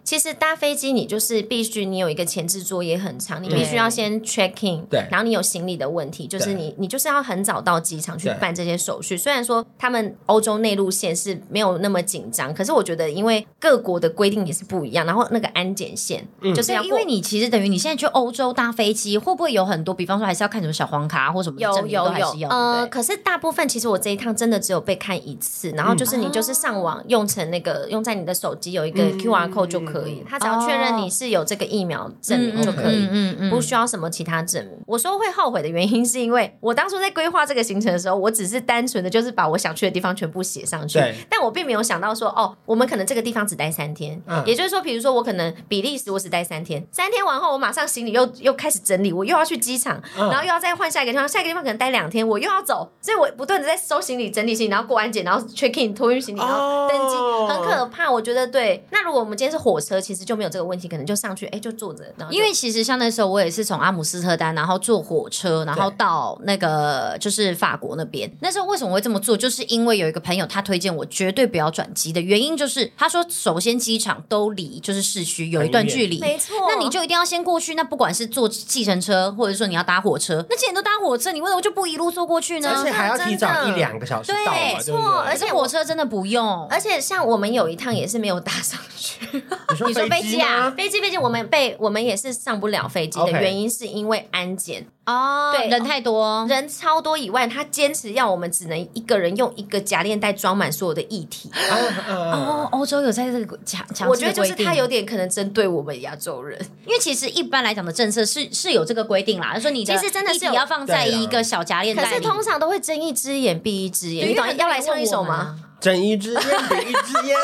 [SPEAKER 1] 其实搭飞机你就是必须你有一个前置作业很长，你必须要先 check in，
[SPEAKER 3] 对
[SPEAKER 1] 然后你有行李的问题，就是
[SPEAKER 3] 对
[SPEAKER 1] 你你就是要很早到机场去
[SPEAKER 3] 对
[SPEAKER 1] 办这些手续。虽然说他们欧洲内陆线是没有那么紧张，可是我觉得因为各国的规定也是不一样，然后那个安检线、
[SPEAKER 3] 嗯
[SPEAKER 1] 就是
[SPEAKER 2] 对
[SPEAKER 1] 要，
[SPEAKER 2] 因
[SPEAKER 1] 过
[SPEAKER 2] 为你其实等于你现在去欧洲搭飞机，会不会有很多？比方说还是要看什么小黄卡啊或什么的证
[SPEAKER 1] 有
[SPEAKER 2] 明都
[SPEAKER 1] 有
[SPEAKER 2] 还是
[SPEAKER 1] 有，
[SPEAKER 2] 要，
[SPEAKER 1] 呃，
[SPEAKER 2] 呃，
[SPEAKER 1] 可是大部分其实我这一趟真的只有被看一次，然后就是你就是上网用成那个用在你的手机有一个
[SPEAKER 2] 嗯
[SPEAKER 1] QR code 就可以，他只要确认你是有这个疫苗证明就可以。
[SPEAKER 2] 嗯嗯
[SPEAKER 1] 不需要什么其他证明。我说会后悔的原因，是因为我当初在规划这个行程的时候，我只是单纯的就是把我想去的地方全部写上去
[SPEAKER 3] 对，
[SPEAKER 1] 但我并没有想到说，哦，我们可能这个地方只待三天，
[SPEAKER 3] 嗯
[SPEAKER 1] 也就是说，比如说我可能比利时我只待三天，三天完后我马上行李又又开始整理，我又要去机场，
[SPEAKER 3] 嗯
[SPEAKER 1] 然后又要再换下一个地方，下一个地方可能待两天，我又要走，所以我不断的在收行李、整理行李，然后过安检，然后 check in 托运行李，然后登机，
[SPEAKER 3] 哦
[SPEAKER 1] 很可怕。我觉得对。那如果我们今天是火车，其实就没有这个问题，可能就上去，哎，就坐着，然后就
[SPEAKER 2] 因为其实像那时候我也是从阿姆斯特丹，然后坐火车，然后到那个就是法国那边。那时候为什么会这么做，就是因为有一个朋友他推荐我绝对不要转机的原因，就是他说首先机场都离就是市区有一段距离，
[SPEAKER 1] 没错，
[SPEAKER 2] 那你就一定要先过去。那不管是坐计程车，或者说你要搭火车，那既然都搭火车，你为什么就不一路坐过去
[SPEAKER 3] 而
[SPEAKER 2] 呢
[SPEAKER 3] 且？还要提早
[SPEAKER 1] 真
[SPEAKER 3] 一
[SPEAKER 1] 的
[SPEAKER 3] 两个小时到嘛，
[SPEAKER 2] 对
[SPEAKER 3] 对不
[SPEAKER 1] 错
[SPEAKER 3] 对？
[SPEAKER 1] 而
[SPEAKER 2] 而
[SPEAKER 1] 且
[SPEAKER 2] 且
[SPEAKER 1] 我
[SPEAKER 2] 火车真的不用，
[SPEAKER 1] 而且像我们有一趟也是没有搭上去，
[SPEAKER 3] 你说飞机吗？
[SPEAKER 1] 飞机飞机我们被我们也是上不了飞机的
[SPEAKER 3] OK
[SPEAKER 1] 原因是因为安检
[SPEAKER 2] 哦
[SPEAKER 1] 对
[SPEAKER 2] 人太多，
[SPEAKER 1] 人超多以外，他坚持要我们只能一个人用一个夹链袋装满所有的议题。
[SPEAKER 3] 啊嗯
[SPEAKER 2] 哦，欧洲有在这个强强，
[SPEAKER 1] 我觉得就是他有，点可能针对我们亚洲人，
[SPEAKER 2] 因为其实一般来讲的政策是是有这个规定啦，就是你
[SPEAKER 1] 其实真的是
[SPEAKER 2] 议题
[SPEAKER 1] 有
[SPEAKER 2] 要放在
[SPEAKER 3] 对啊
[SPEAKER 2] 一个小夹链
[SPEAKER 1] 可
[SPEAKER 2] 袋
[SPEAKER 1] 是
[SPEAKER 2] 里。
[SPEAKER 1] 通常都会睁一只眼闭一只眼。你
[SPEAKER 2] 对因为
[SPEAKER 1] 懂
[SPEAKER 2] 很多
[SPEAKER 1] 要
[SPEAKER 2] 人
[SPEAKER 1] 来唱一首吗？
[SPEAKER 2] 问我们啊？
[SPEAKER 3] 整一支烟，比一支烟，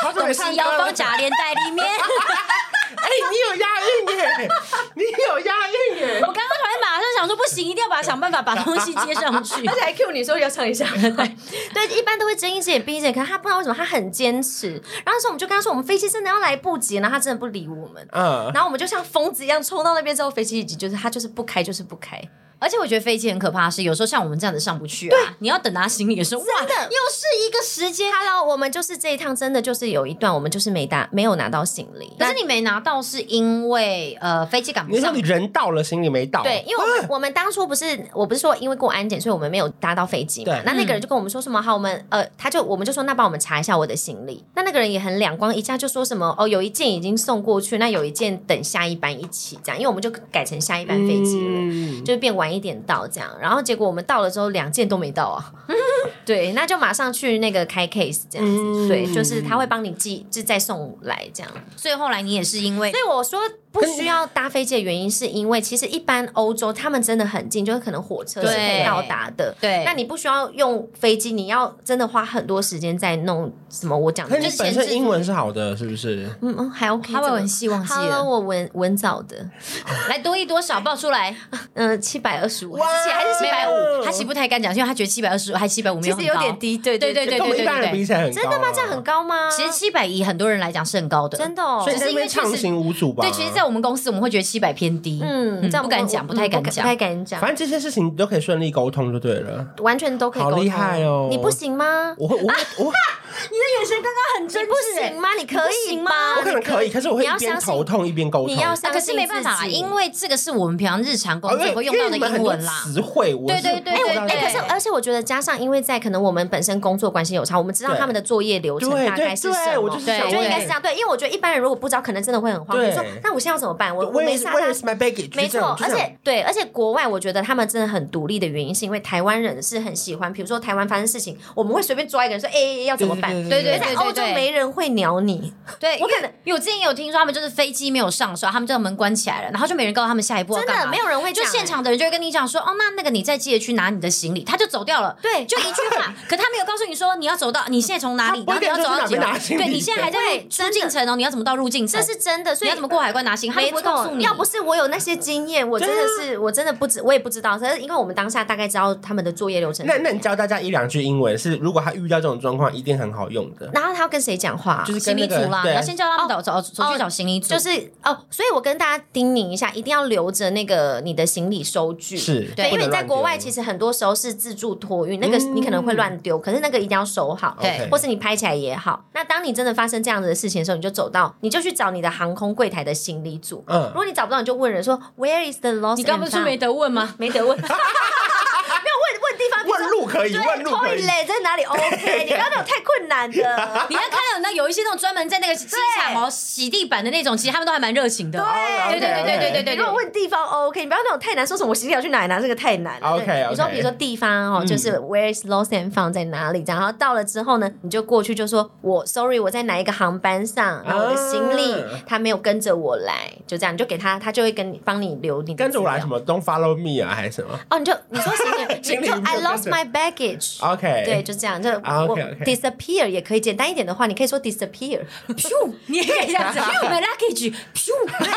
[SPEAKER 3] 好久
[SPEAKER 2] 东
[SPEAKER 3] 没
[SPEAKER 2] 西
[SPEAKER 3] 唱
[SPEAKER 2] 要
[SPEAKER 3] 歌了
[SPEAKER 2] 放。夹链袋里面，
[SPEAKER 3] 哎，你有押韵耶，你有押韵耶。
[SPEAKER 2] 我刚刚突然马上想说不行，一定要把想办法把东西接上 去。
[SPEAKER 1] 而且还 Q 你说要唱一下， 对，一般都会睁一只眼闭一只眼，可是他不知道为什么他很坚持。然后那时候我们就跟他说，我们飞机真的要来不及，然后他真的不理我们。
[SPEAKER 3] 嗯，
[SPEAKER 1] 然后我们就像疯子一样冲到那边之后，飞机已经就是他就是不开，就是不开。
[SPEAKER 2] 而且我觉得飞机很可怕的是，有时候像我们这样子上不去啊，你要等拿行李的时候，哇，
[SPEAKER 1] 真的
[SPEAKER 2] 又是一个时间。
[SPEAKER 1] Hello，我们就是这一趟真的就是有一段我们就是没拿没有拿到行李，
[SPEAKER 2] 可是你没拿到是因为呃飞机赶不
[SPEAKER 3] 你说
[SPEAKER 2] 上
[SPEAKER 3] 你，人到了，心里没到。
[SPEAKER 1] 对，因为我们、我们当初不是，我不是说因为过安检，所以我们没有搭到飞机嘛
[SPEAKER 3] 对。
[SPEAKER 1] 那那个人就跟我们说什么，好，我们呃，他就我们就说，那帮我们查一下我的行李。那那个人也很两光，一下就说什么，哦，有一件已经送过去，那有一件等下一班一起这样，因为我们就改成下一班飞机了。
[SPEAKER 3] 嗯
[SPEAKER 1] 就是变晚一点到这样，然后结果我们到了之后两件都没到啊， 对，那就马上去那个开 case 这样子，
[SPEAKER 3] 嗯
[SPEAKER 1] 对，就是他会帮你寄，就再送来这样。
[SPEAKER 2] 所以后来你也是因为
[SPEAKER 1] 所以我说不需要搭飞机的原因，是因为其实一般欧洲他们真的很近，就是可能火车是可以
[SPEAKER 2] 对
[SPEAKER 1] 到达的。
[SPEAKER 2] 对
[SPEAKER 1] 那你不需要用飞机，你要真的花很多时间在弄什么？我讲
[SPEAKER 3] 可
[SPEAKER 1] 的
[SPEAKER 3] 是
[SPEAKER 1] 就
[SPEAKER 3] 你
[SPEAKER 1] 是
[SPEAKER 3] 本
[SPEAKER 2] 前
[SPEAKER 3] 身
[SPEAKER 2] 置
[SPEAKER 3] 英文是好的，是不是？
[SPEAKER 1] 嗯嗯，还 OK 这
[SPEAKER 2] 哈
[SPEAKER 1] 个。
[SPEAKER 2] 维文系忘记
[SPEAKER 1] Hello，
[SPEAKER 2] 了，
[SPEAKER 1] 我文文藻的，
[SPEAKER 2] 来多一多少报 出来，
[SPEAKER 1] 嗯，七百二十五，
[SPEAKER 3] 哇
[SPEAKER 1] 还是七
[SPEAKER 2] 七
[SPEAKER 1] 百
[SPEAKER 2] 百
[SPEAKER 1] 五，
[SPEAKER 2] 五，他起步太敢讲，因为他觉得七百二十五还七百五没
[SPEAKER 1] 其
[SPEAKER 2] 有
[SPEAKER 1] 实
[SPEAKER 2] 很
[SPEAKER 1] 有
[SPEAKER 2] 高
[SPEAKER 1] 点。低，对
[SPEAKER 2] 对
[SPEAKER 1] 对
[SPEAKER 2] 对
[SPEAKER 3] 跟我
[SPEAKER 2] 对
[SPEAKER 3] 们一般人比起来很高啊
[SPEAKER 1] 真的吗？这样很高吗？
[SPEAKER 2] 其实七百以很多人来讲是很高的，
[SPEAKER 1] 真的哦
[SPEAKER 3] 所以。在那边畅行无阻吧？
[SPEAKER 2] 对，其实，在我们公司我们会觉得七百偏低，
[SPEAKER 1] 嗯，这样
[SPEAKER 2] 不敢讲
[SPEAKER 1] 我
[SPEAKER 2] 不太敢讲
[SPEAKER 1] 不太敢讲
[SPEAKER 3] 反，正这些事情你都可以顺利沟通就对了。
[SPEAKER 1] 完全都可以。
[SPEAKER 3] 好厉害哦
[SPEAKER 1] 你不行吗？
[SPEAKER 3] 我会，我会，我
[SPEAKER 1] 你
[SPEAKER 2] 很
[SPEAKER 1] 不行吗？你可以吗？
[SPEAKER 3] 我可能可以，可是我会
[SPEAKER 1] 你要
[SPEAKER 3] 一边
[SPEAKER 1] 相信
[SPEAKER 3] 头痛一边沟通。
[SPEAKER 1] 你要
[SPEAKER 2] 啊，
[SPEAKER 1] 相
[SPEAKER 2] 可
[SPEAKER 1] 信
[SPEAKER 2] 是没办法啦，
[SPEAKER 1] 自己
[SPEAKER 2] 因为这个是我们平常日常工
[SPEAKER 3] 哦因
[SPEAKER 2] 作
[SPEAKER 3] 为
[SPEAKER 2] 会用到
[SPEAKER 3] 因为
[SPEAKER 2] 的
[SPEAKER 3] 你们很
[SPEAKER 2] 英
[SPEAKER 3] 多
[SPEAKER 2] 文啦。
[SPEAKER 3] 词汇，我
[SPEAKER 2] 对
[SPEAKER 3] 是
[SPEAKER 2] 对对
[SPEAKER 3] 不知
[SPEAKER 2] 对
[SPEAKER 3] 道
[SPEAKER 2] 对
[SPEAKER 1] 哎、可是
[SPEAKER 3] 在
[SPEAKER 1] 而且我觉得，加上因为在可能我们本身工作关系有差，我们知道
[SPEAKER 3] 对
[SPEAKER 1] 他们的作业流程
[SPEAKER 3] 对
[SPEAKER 1] 大概
[SPEAKER 3] 对
[SPEAKER 1] 是什
[SPEAKER 3] 对，
[SPEAKER 1] 么。
[SPEAKER 3] 我就是
[SPEAKER 2] 对
[SPEAKER 3] 想
[SPEAKER 1] 我觉得
[SPEAKER 3] 问
[SPEAKER 1] 应该是这样，对，因为我觉得一般人如果不知道，可能真的会很慌。
[SPEAKER 3] 对
[SPEAKER 1] 你说，那我现在要怎么办？我我呃没
[SPEAKER 3] Where is
[SPEAKER 1] 下大
[SPEAKER 3] Where is my baggage？
[SPEAKER 1] 没
[SPEAKER 3] 就
[SPEAKER 1] 错
[SPEAKER 3] 这样，
[SPEAKER 1] 而且对，而且国外我觉得他们真的很独立的原因，是因为台湾人是很喜欢，比如说台湾发生事情，我们会随便抓一个人说，哎、哎哎要怎么办？
[SPEAKER 3] 对对
[SPEAKER 2] 对对
[SPEAKER 1] 可是
[SPEAKER 2] 对
[SPEAKER 1] 在欧
[SPEAKER 2] 对
[SPEAKER 1] 洲
[SPEAKER 2] 对，
[SPEAKER 1] 没人会鸟你，
[SPEAKER 2] 对，
[SPEAKER 1] 我
[SPEAKER 2] 我
[SPEAKER 1] 可
[SPEAKER 2] 可
[SPEAKER 1] 能
[SPEAKER 2] 能因为我之前也有听说他们就是飞机没有上手，他们就门关起来了，然后就没人告诉他们下一步要
[SPEAKER 1] 真
[SPEAKER 2] 干嘛
[SPEAKER 1] 的没有人会
[SPEAKER 2] 就
[SPEAKER 1] 讲
[SPEAKER 2] 现场的人就会跟你讲说，哦，那那个你再记得去拿你的行李，他就走掉了。
[SPEAKER 1] 对
[SPEAKER 2] 就一句话，可他没有告诉你说你要走到你现在从哪里，
[SPEAKER 3] 他不
[SPEAKER 2] 然后你
[SPEAKER 3] 会
[SPEAKER 2] 要走到
[SPEAKER 3] 跟你说去哪边
[SPEAKER 2] 几楼
[SPEAKER 3] 拿，行李
[SPEAKER 2] 对你现在还在
[SPEAKER 1] 对
[SPEAKER 2] 出境城哦，你要怎么到入境城
[SPEAKER 1] 这？是真的。所
[SPEAKER 2] 你
[SPEAKER 1] 以
[SPEAKER 2] 要怎么过海关拿行李，他
[SPEAKER 1] 没
[SPEAKER 2] 也不会告
[SPEAKER 1] 错
[SPEAKER 2] 诉，你。
[SPEAKER 1] 要不是我有那些经验，我真
[SPEAKER 2] 啊
[SPEAKER 1] 的是、我真的不知，我也不知道。可是因为我们当下大概知道他们的作业流程是
[SPEAKER 3] 那
[SPEAKER 1] 怎么
[SPEAKER 3] 那
[SPEAKER 1] 样，
[SPEAKER 3] 你教大家一两句英文是，如果他遇到这种状况，一定很好用的。
[SPEAKER 1] 然后他要跟谁讲话啊、
[SPEAKER 3] 就是
[SPEAKER 2] 行李组啦，
[SPEAKER 3] 对
[SPEAKER 2] 你要先叫他们找找走
[SPEAKER 1] 哦
[SPEAKER 2] 去找行李组，
[SPEAKER 1] 就是哦，所以我跟大家叮咛一下，一定要留着那个你的行李收据。
[SPEAKER 3] 是
[SPEAKER 1] 对，因为你在国外
[SPEAKER 3] 不能乱丢嗯
[SPEAKER 1] 其实很多时候是自助托运，那个你可能会乱丢，可是那个一定要收好，
[SPEAKER 2] 对
[SPEAKER 3] OK
[SPEAKER 1] 或是你拍起来也好。那当你真的发生这样子的事情的时候，你就走到，你就去找你的航空柜台的行李组。
[SPEAKER 3] 嗯
[SPEAKER 1] 如果你找不到，你就问人说 Where is the
[SPEAKER 2] 哦
[SPEAKER 1] lost？
[SPEAKER 5] 你刚不是说没
[SPEAKER 1] 得
[SPEAKER 5] 得问吗？
[SPEAKER 1] 没 得问？没有问问地方，比如说
[SPEAKER 3] 问路可以，
[SPEAKER 1] 对
[SPEAKER 3] 问路可以。
[SPEAKER 1] ，toilet 在哪里？OK，你不要那种太困难的。
[SPEAKER 2] 你要看到那有一些那种专门在那个机场哦洗地板的那种，其实他们都还蛮热情的。
[SPEAKER 1] 对
[SPEAKER 2] 对对对对对对
[SPEAKER 1] 你
[SPEAKER 2] 对
[SPEAKER 1] 如果
[SPEAKER 2] 对。
[SPEAKER 1] 问地方哦 OK，你不要那种太难，说什么我行李要去哪里拿，这个太难了。
[SPEAKER 3] 啊 OK，
[SPEAKER 1] 对
[SPEAKER 3] OK 嗯
[SPEAKER 1] 你说比如说地方哦，就是 Where is lost and found 在哪里？然后到了之后呢，你就过去就说我 Sorry，我在哪一个航班上，然后我的行李
[SPEAKER 3] 啊
[SPEAKER 1] 他没有跟着我来，就这样，你就给他，他就会跟你帮你留你的
[SPEAKER 3] 跟着我来
[SPEAKER 1] 资
[SPEAKER 3] 什
[SPEAKER 1] 料
[SPEAKER 3] 么？Don't follow me 啊，还是什么
[SPEAKER 1] 哦，你就你说行
[SPEAKER 3] 行
[SPEAKER 1] 李，
[SPEAKER 3] 李
[SPEAKER 1] 你就
[SPEAKER 3] 没
[SPEAKER 1] I
[SPEAKER 3] 有跟
[SPEAKER 1] lost
[SPEAKER 3] 着
[SPEAKER 1] my baggage。
[SPEAKER 3] 啊？OK，
[SPEAKER 1] 对，就这样，就
[SPEAKER 3] 啊
[SPEAKER 1] 我
[SPEAKER 3] ，OK，OK
[SPEAKER 1] disappear 也可以，简单一点的话，你可以说 disappear。
[SPEAKER 2] 咻，你也可以这样子。啊咻，my luggage，咻，
[SPEAKER 1] 对，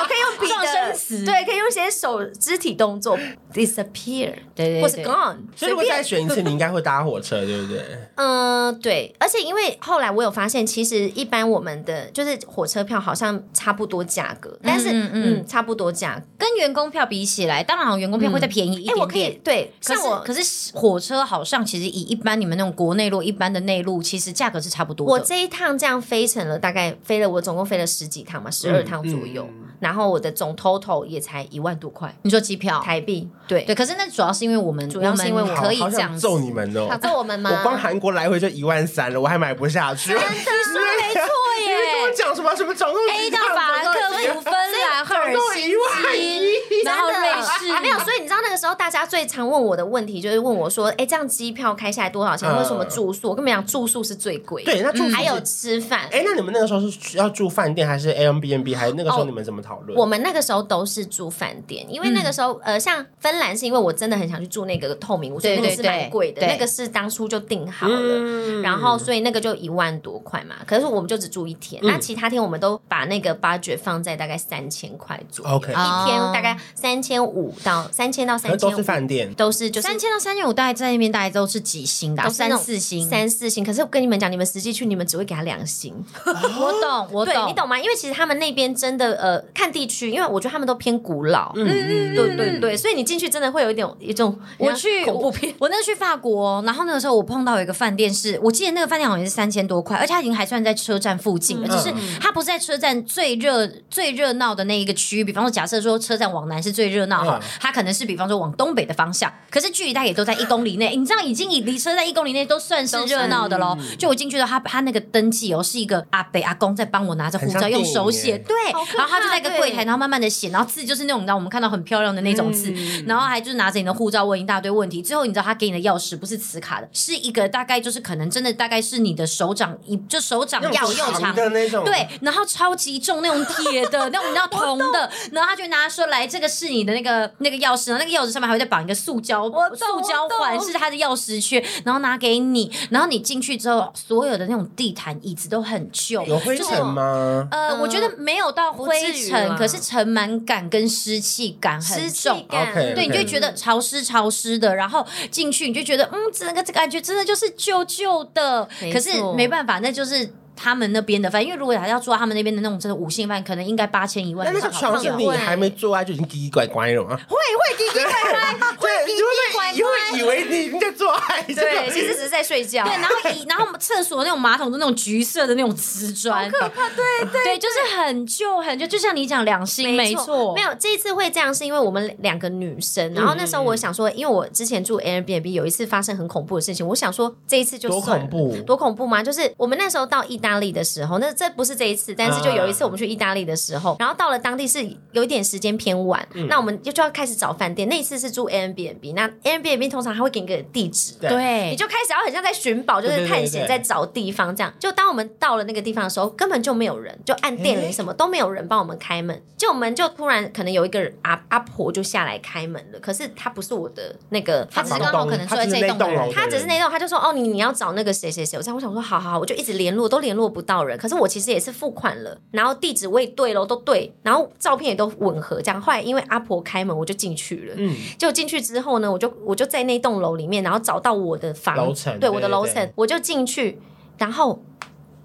[SPEAKER 1] 我可以用笔
[SPEAKER 2] 撞
[SPEAKER 1] 的
[SPEAKER 2] 生词
[SPEAKER 1] 对，可以用一些手肢体动作 disappear，
[SPEAKER 2] 对对对
[SPEAKER 1] 或是 gone，
[SPEAKER 3] 所以
[SPEAKER 1] 随
[SPEAKER 3] 如果再
[SPEAKER 1] 便。
[SPEAKER 3] 选一次，你应该会搭火车，对不对？
[SPEAKER 1] 嗯，对，而且因为后来我有发现，其实一般我们的就是火车票好像差不多价格，但是
[SPEAKER 2] 嗯
[SPEAKER 1] 嗯
[SPEAKER 2] 嗯嗯
[SPEAKER 1] 差不多价格。
[SPEAKER 2] 跟员工票比起来，当然好像员工票会再便宜一
[SPEAKER 1] 哎、
[SPEAKER 2] 点点。
[SPEAKER 1] 我可以对，
[SPEAKER 2] 嗯哎可
[SPEAKER 1] 像
[SPEAKER 2] 是
[SPEAKER 1] 我
[SPEAKER 2] 可是火车好像其实以一般你们那种国内路一般的内陆，其实价格是差不多
[SPEAKER 1] 我
[SPEAKER 2] 的。
[SPEAKER 1] 这一趟这样飞成了大概飞了，我总共飞了十几趟嘛，十二趟左右，
[SPEAKER 3] 嗯
[SPEAKER 1] 然后我的总 total 也才一万多块
[SPEAKER 2] 你说机票，
[SPEAKER 1] 台币，对。
[SPEAKER 2] 嗯对，可是那主要是因为我们
[SPEAKER 1] 主要是因为
[SPEAKER 2] 们
[SPEAKER 1] 我
[SPEAKER 2] 可以
[SPEAKER 3] 好
[SPEAKER 2] 这样
[SPEAKER 3] 想
[SPEAKER 2] 子
[SPEAKER 3] 揍你们哦！
[SPEAKER 1] 揍我们吗？
[SPEAKER 3] 我光韩国来回就一万三了，我还买不下去。真的，没错
[SPEAKER 2] 耶
[SPEAKER 3] 你们跟我讲什么什么总共
[SPEAKER 2] A 到法兰啊克福、芬 兰、赫尔辛基，然后瑞士，
[SPEAKER 1] 啊没有，所以你知道那个时候大家最常问我的问题就是问我说，哎，这样机票开下来多少钱？
[SPEAKER 3] 嗯
[SPEAKER 1] 为什么住宿？我跟你们讲，住宿是最贵，嗯
[SPEAKER 3] 对，，那住宿
[SPEAKER 1] 还有
[SPEAKER 3] 是
[SPEAKER 1] 吃饭。
[SPEAKER 3] 哎，那你们那个时候是要住饭店还是 Airbnb？还是那个时候你们怎么讨论？
[SPEAKER 1] 我们那个时候都是住饭店，因为那
[SPEAKER 3] 嗯
[SPEAKER 1] 个时候、呃，像芬兰是因为我真的很想去住那个透明屋，所以
[SPEAKER 2] 对
[SPEAKER 1] 那个是
[SPEAKER 2] 对对
[SPEAKER 1] 蛮贵的，
[SPEAKER 2] 对
[SPEAKER 1] 那个是当初就定好了。
[SPEAKER 3] 嗯
[SPEAKER 1] 然后，所以那个就一万多块嘛，可是我们就只住一天，
[SPEAKER 3] 嗯
[SPEAKER 1] 那其他天我们都把那个 budget 放在大概三千块左右
[SPEAKER 3] OK 哦
[SPEAKER 1] 一天大概三千五到三千到
[SPEAKER 3] 可
[SPEAKER 1] 三
[SPEAKER 3] 是
[SPEAKER 1] 千
[SPEAKER 3] 都
[SPEAKER 1] 五
[SPEAKER 3] 是，饭店，
[SPEAKER 1] 都是就是
[SPEAKER 2] 三千到三千五，大概在那边大概都是几星的啊，
[SPEAKER 1] 都是那
[SPEAKER 2] 三
[SPEAKER 1] 种
[SPEAKER 2] 四星。
[SPEAKER 1] 三四星。可是我跟你们讲，你们实际去，你们只会给他两星，
[SPEAKER 2] 我懂，我
[SPEAKER 1] 对你
[SPEAKER 2] 懂，
[SPEAKER 1] 懂吗？因为其实他们那边真的呃，看地区，因为我觉得他们都偏古老，
[SPEAKER 3] 嗯，
[SPEAKER 1] 对对对，所以你进去真的会有一点一种
[SPEAKER 2] 我去
[SPEAKER 1] 恐怖片。
[SPEAKER 2] 我我那去法国，然后那个时候我碰到有一个饭店是，我记得那个饭店好像也是三千多块，而且它已经还算在车站附近了，
[SPEAKER 3] 嗯
[SPEAKER 2] 就是它不是在车站最热最热闹的那一个区域。比方说，假设说车站往南是最热闹哈
[SPEAKER 3] 嗯，
[SPEAKER 2] 它可能是比方说往东北的方向，可是距离大概也都在一公里内。你知道，已经以离车站一公里内都算是热闹的喽。就我进去的话，他他那个登记哦，是一个阿北阿公在帮我拿着护
[SPEAKER 3] 很
[SPEAKER 2] 照
[SPEAKER 3] 像电
[SPEAKER 2] 用
[SPEAKER 3] 影
[SPEAKER 2] 手
[SPEAKER 3] 耶
[SPEAKER 2] 写，对，
[SPEAKER 1] 好可怕
[SPEAKER 2] 然后他就在一个柜台，
[SPEAKER 1] 对
[SPEAKER 2] 然后慢慢的写，然后字就是那种你知道我们看到很漂亮的那种
[SPEAKER 3] 嗯
[SPEAKER 2] 字，然后
[SPEAKER 1] 嗯
[SPEAKER 2] 还就是拿着你的护照问一大堆问题。最后你知道他给你的钥匙不是磁卡的，是一个大概就是可能真的大概是你的手掌一就手掌
[SPEAKER 3] 那
[SPEAKER 2] 要
[SPEAKER 3] 种
[SPEAKER 2] 又长
[SPEAKER 3] 长。的那种，
[SPEAKER 2] 对，，然后超级重那种铁的，那种你知道铜的，然后他就拿说来，这个是你的那个那个钥匙，然后那个钥匙上面还会再绑一个塑胶塑胶环，是他的钥匙圈，然后拿给你，然后你进去之后，所有的那种地毯椅子都很旧，
[SPEAKER 3] 有灰尘吗？
[SPEAKER 2] 呃，
[SPEAKER 1] 嗯
[SPEAKER 2] 我觉得没有到灰
[SPEAKER 1] 不至于
[SPEAKER 2] 尘，
[SPEAKER 1] 啦
[SPEAKER 2] 可是尘螨感跟湿气感很
[SPEAKER 1] 湿气
[SPEAKER 2] 重。
[SPEAKER 1] 感
[SPEAKER 3] OK，
[SPEAKER 2] 对，你就觉得潮湿潮湿的，然后进去你就觉得，嗯，整个这感觉真的就是旧旧的。
[SPEAKER 1] 没
[SPEAKER 2] 可是
[SPEAKER 1] 错
[SPEAKER 2] 没办法，那就是他们那边的饭，因为如果还要住到他们那边的那种真的五星饭，可能应该八千一万
[SPEAKER 3] 那
[SPEAKER 2] 以
[SPEAKER 3] 那
[SPEAKER 2] 上。
[SPEAKER 3] 个床是你还没做爱就已经叽叽怪怪了吗？
[SPEAKER 1] 会会滴滴快快，
[SPEAKER 3] 对，你
[SPEAKER 1] 怪怪
[SPEAKER 3] 会以为你已经在做爱，
[SPEAKER 1] 对，其实只是在睡觉。
[SPEAKER 2] 对，然后以然后我们厕所那种马桶的那种橘色的那种瓷砖，可怕，对 对对，就是很旧很旧，就像你讲两星，没错，
[SPEAKER 1] 没有这一次会这样，是因为我们两个女生。然后那时
[SPEAKER 2] 嗯
[SPEAKER 1] 候我想说，因为我之前住 Airbnb 有一次发生很恐怖的事情，我想说这一次就
[SPEAKER 3] 多
[SPEAKER 1] 算了
[SPEAKER 3] 恐怖
[SPEAKER 1] 多恐怖吗？就是我们那时候到意大利的时候，那这不是这一次，但是就有
[SPEAKER 3] 嗯
[SPEAKER 1] 一次我们去意大利的时候，然后到了当地是有一点时间偏晚，
[SPEAKER 3] 嗯
[SPEAKER 1] 那我们就就要开始找饭店。那一次是住 Airbnb，那 Airbnb 通常他会给你个地址，
[SPEAKER 3] 对
[SPEAKER 2] 对，
[SPEAKER 1] 你就开始要很像在寻宝，就
[SPEAKER 3] 对
[SPEAKER 1] 是
[SPEAKER 3] 对
[SPEAKER 1] 探
[SPEAKER 3] 对
[SPEAKER 1] 险，
[SPEAKER 3] 对
[SPEAKER 1] 在找地方这样。就当我们到了那个地方的时候，根本就没有人，就按电铃什么都没有人帮我们开门。就我们就突然可能有一个人阿阿婆就下来开门了，可是她不是我的那个
[SPEAKER 2] 他
[SPEAKER 1] 房
[SPEAKER 2] 只
[SPEAKER 1] 东，
[SPEAKER 2] 是刚好可能住在这一栋的人，
[SPEAKER 1] 她只是那栋，她就说哦你你要找那个谁谁谁，我这样我想说好好好，我就一直联络都联络不到人，可是我其实也是付款了，然后地址我也对咯，都对，然后照片也都吻合这样。后来因为阿婆开门，我就进去了，
[SPEAKER 3] 嗯，
[SPEAKER 1] 就进去之后呢，我就我就在那栋楼里面，然后找到我的房
[SPEAKER 3] 楼层
[SPEAKER 1] 对
[SPEAKER 3] 对
[SPEAKER 1] 我的楼层
[SPEAKER 3] 对，
[SPEAKER 1] 我就进去，然后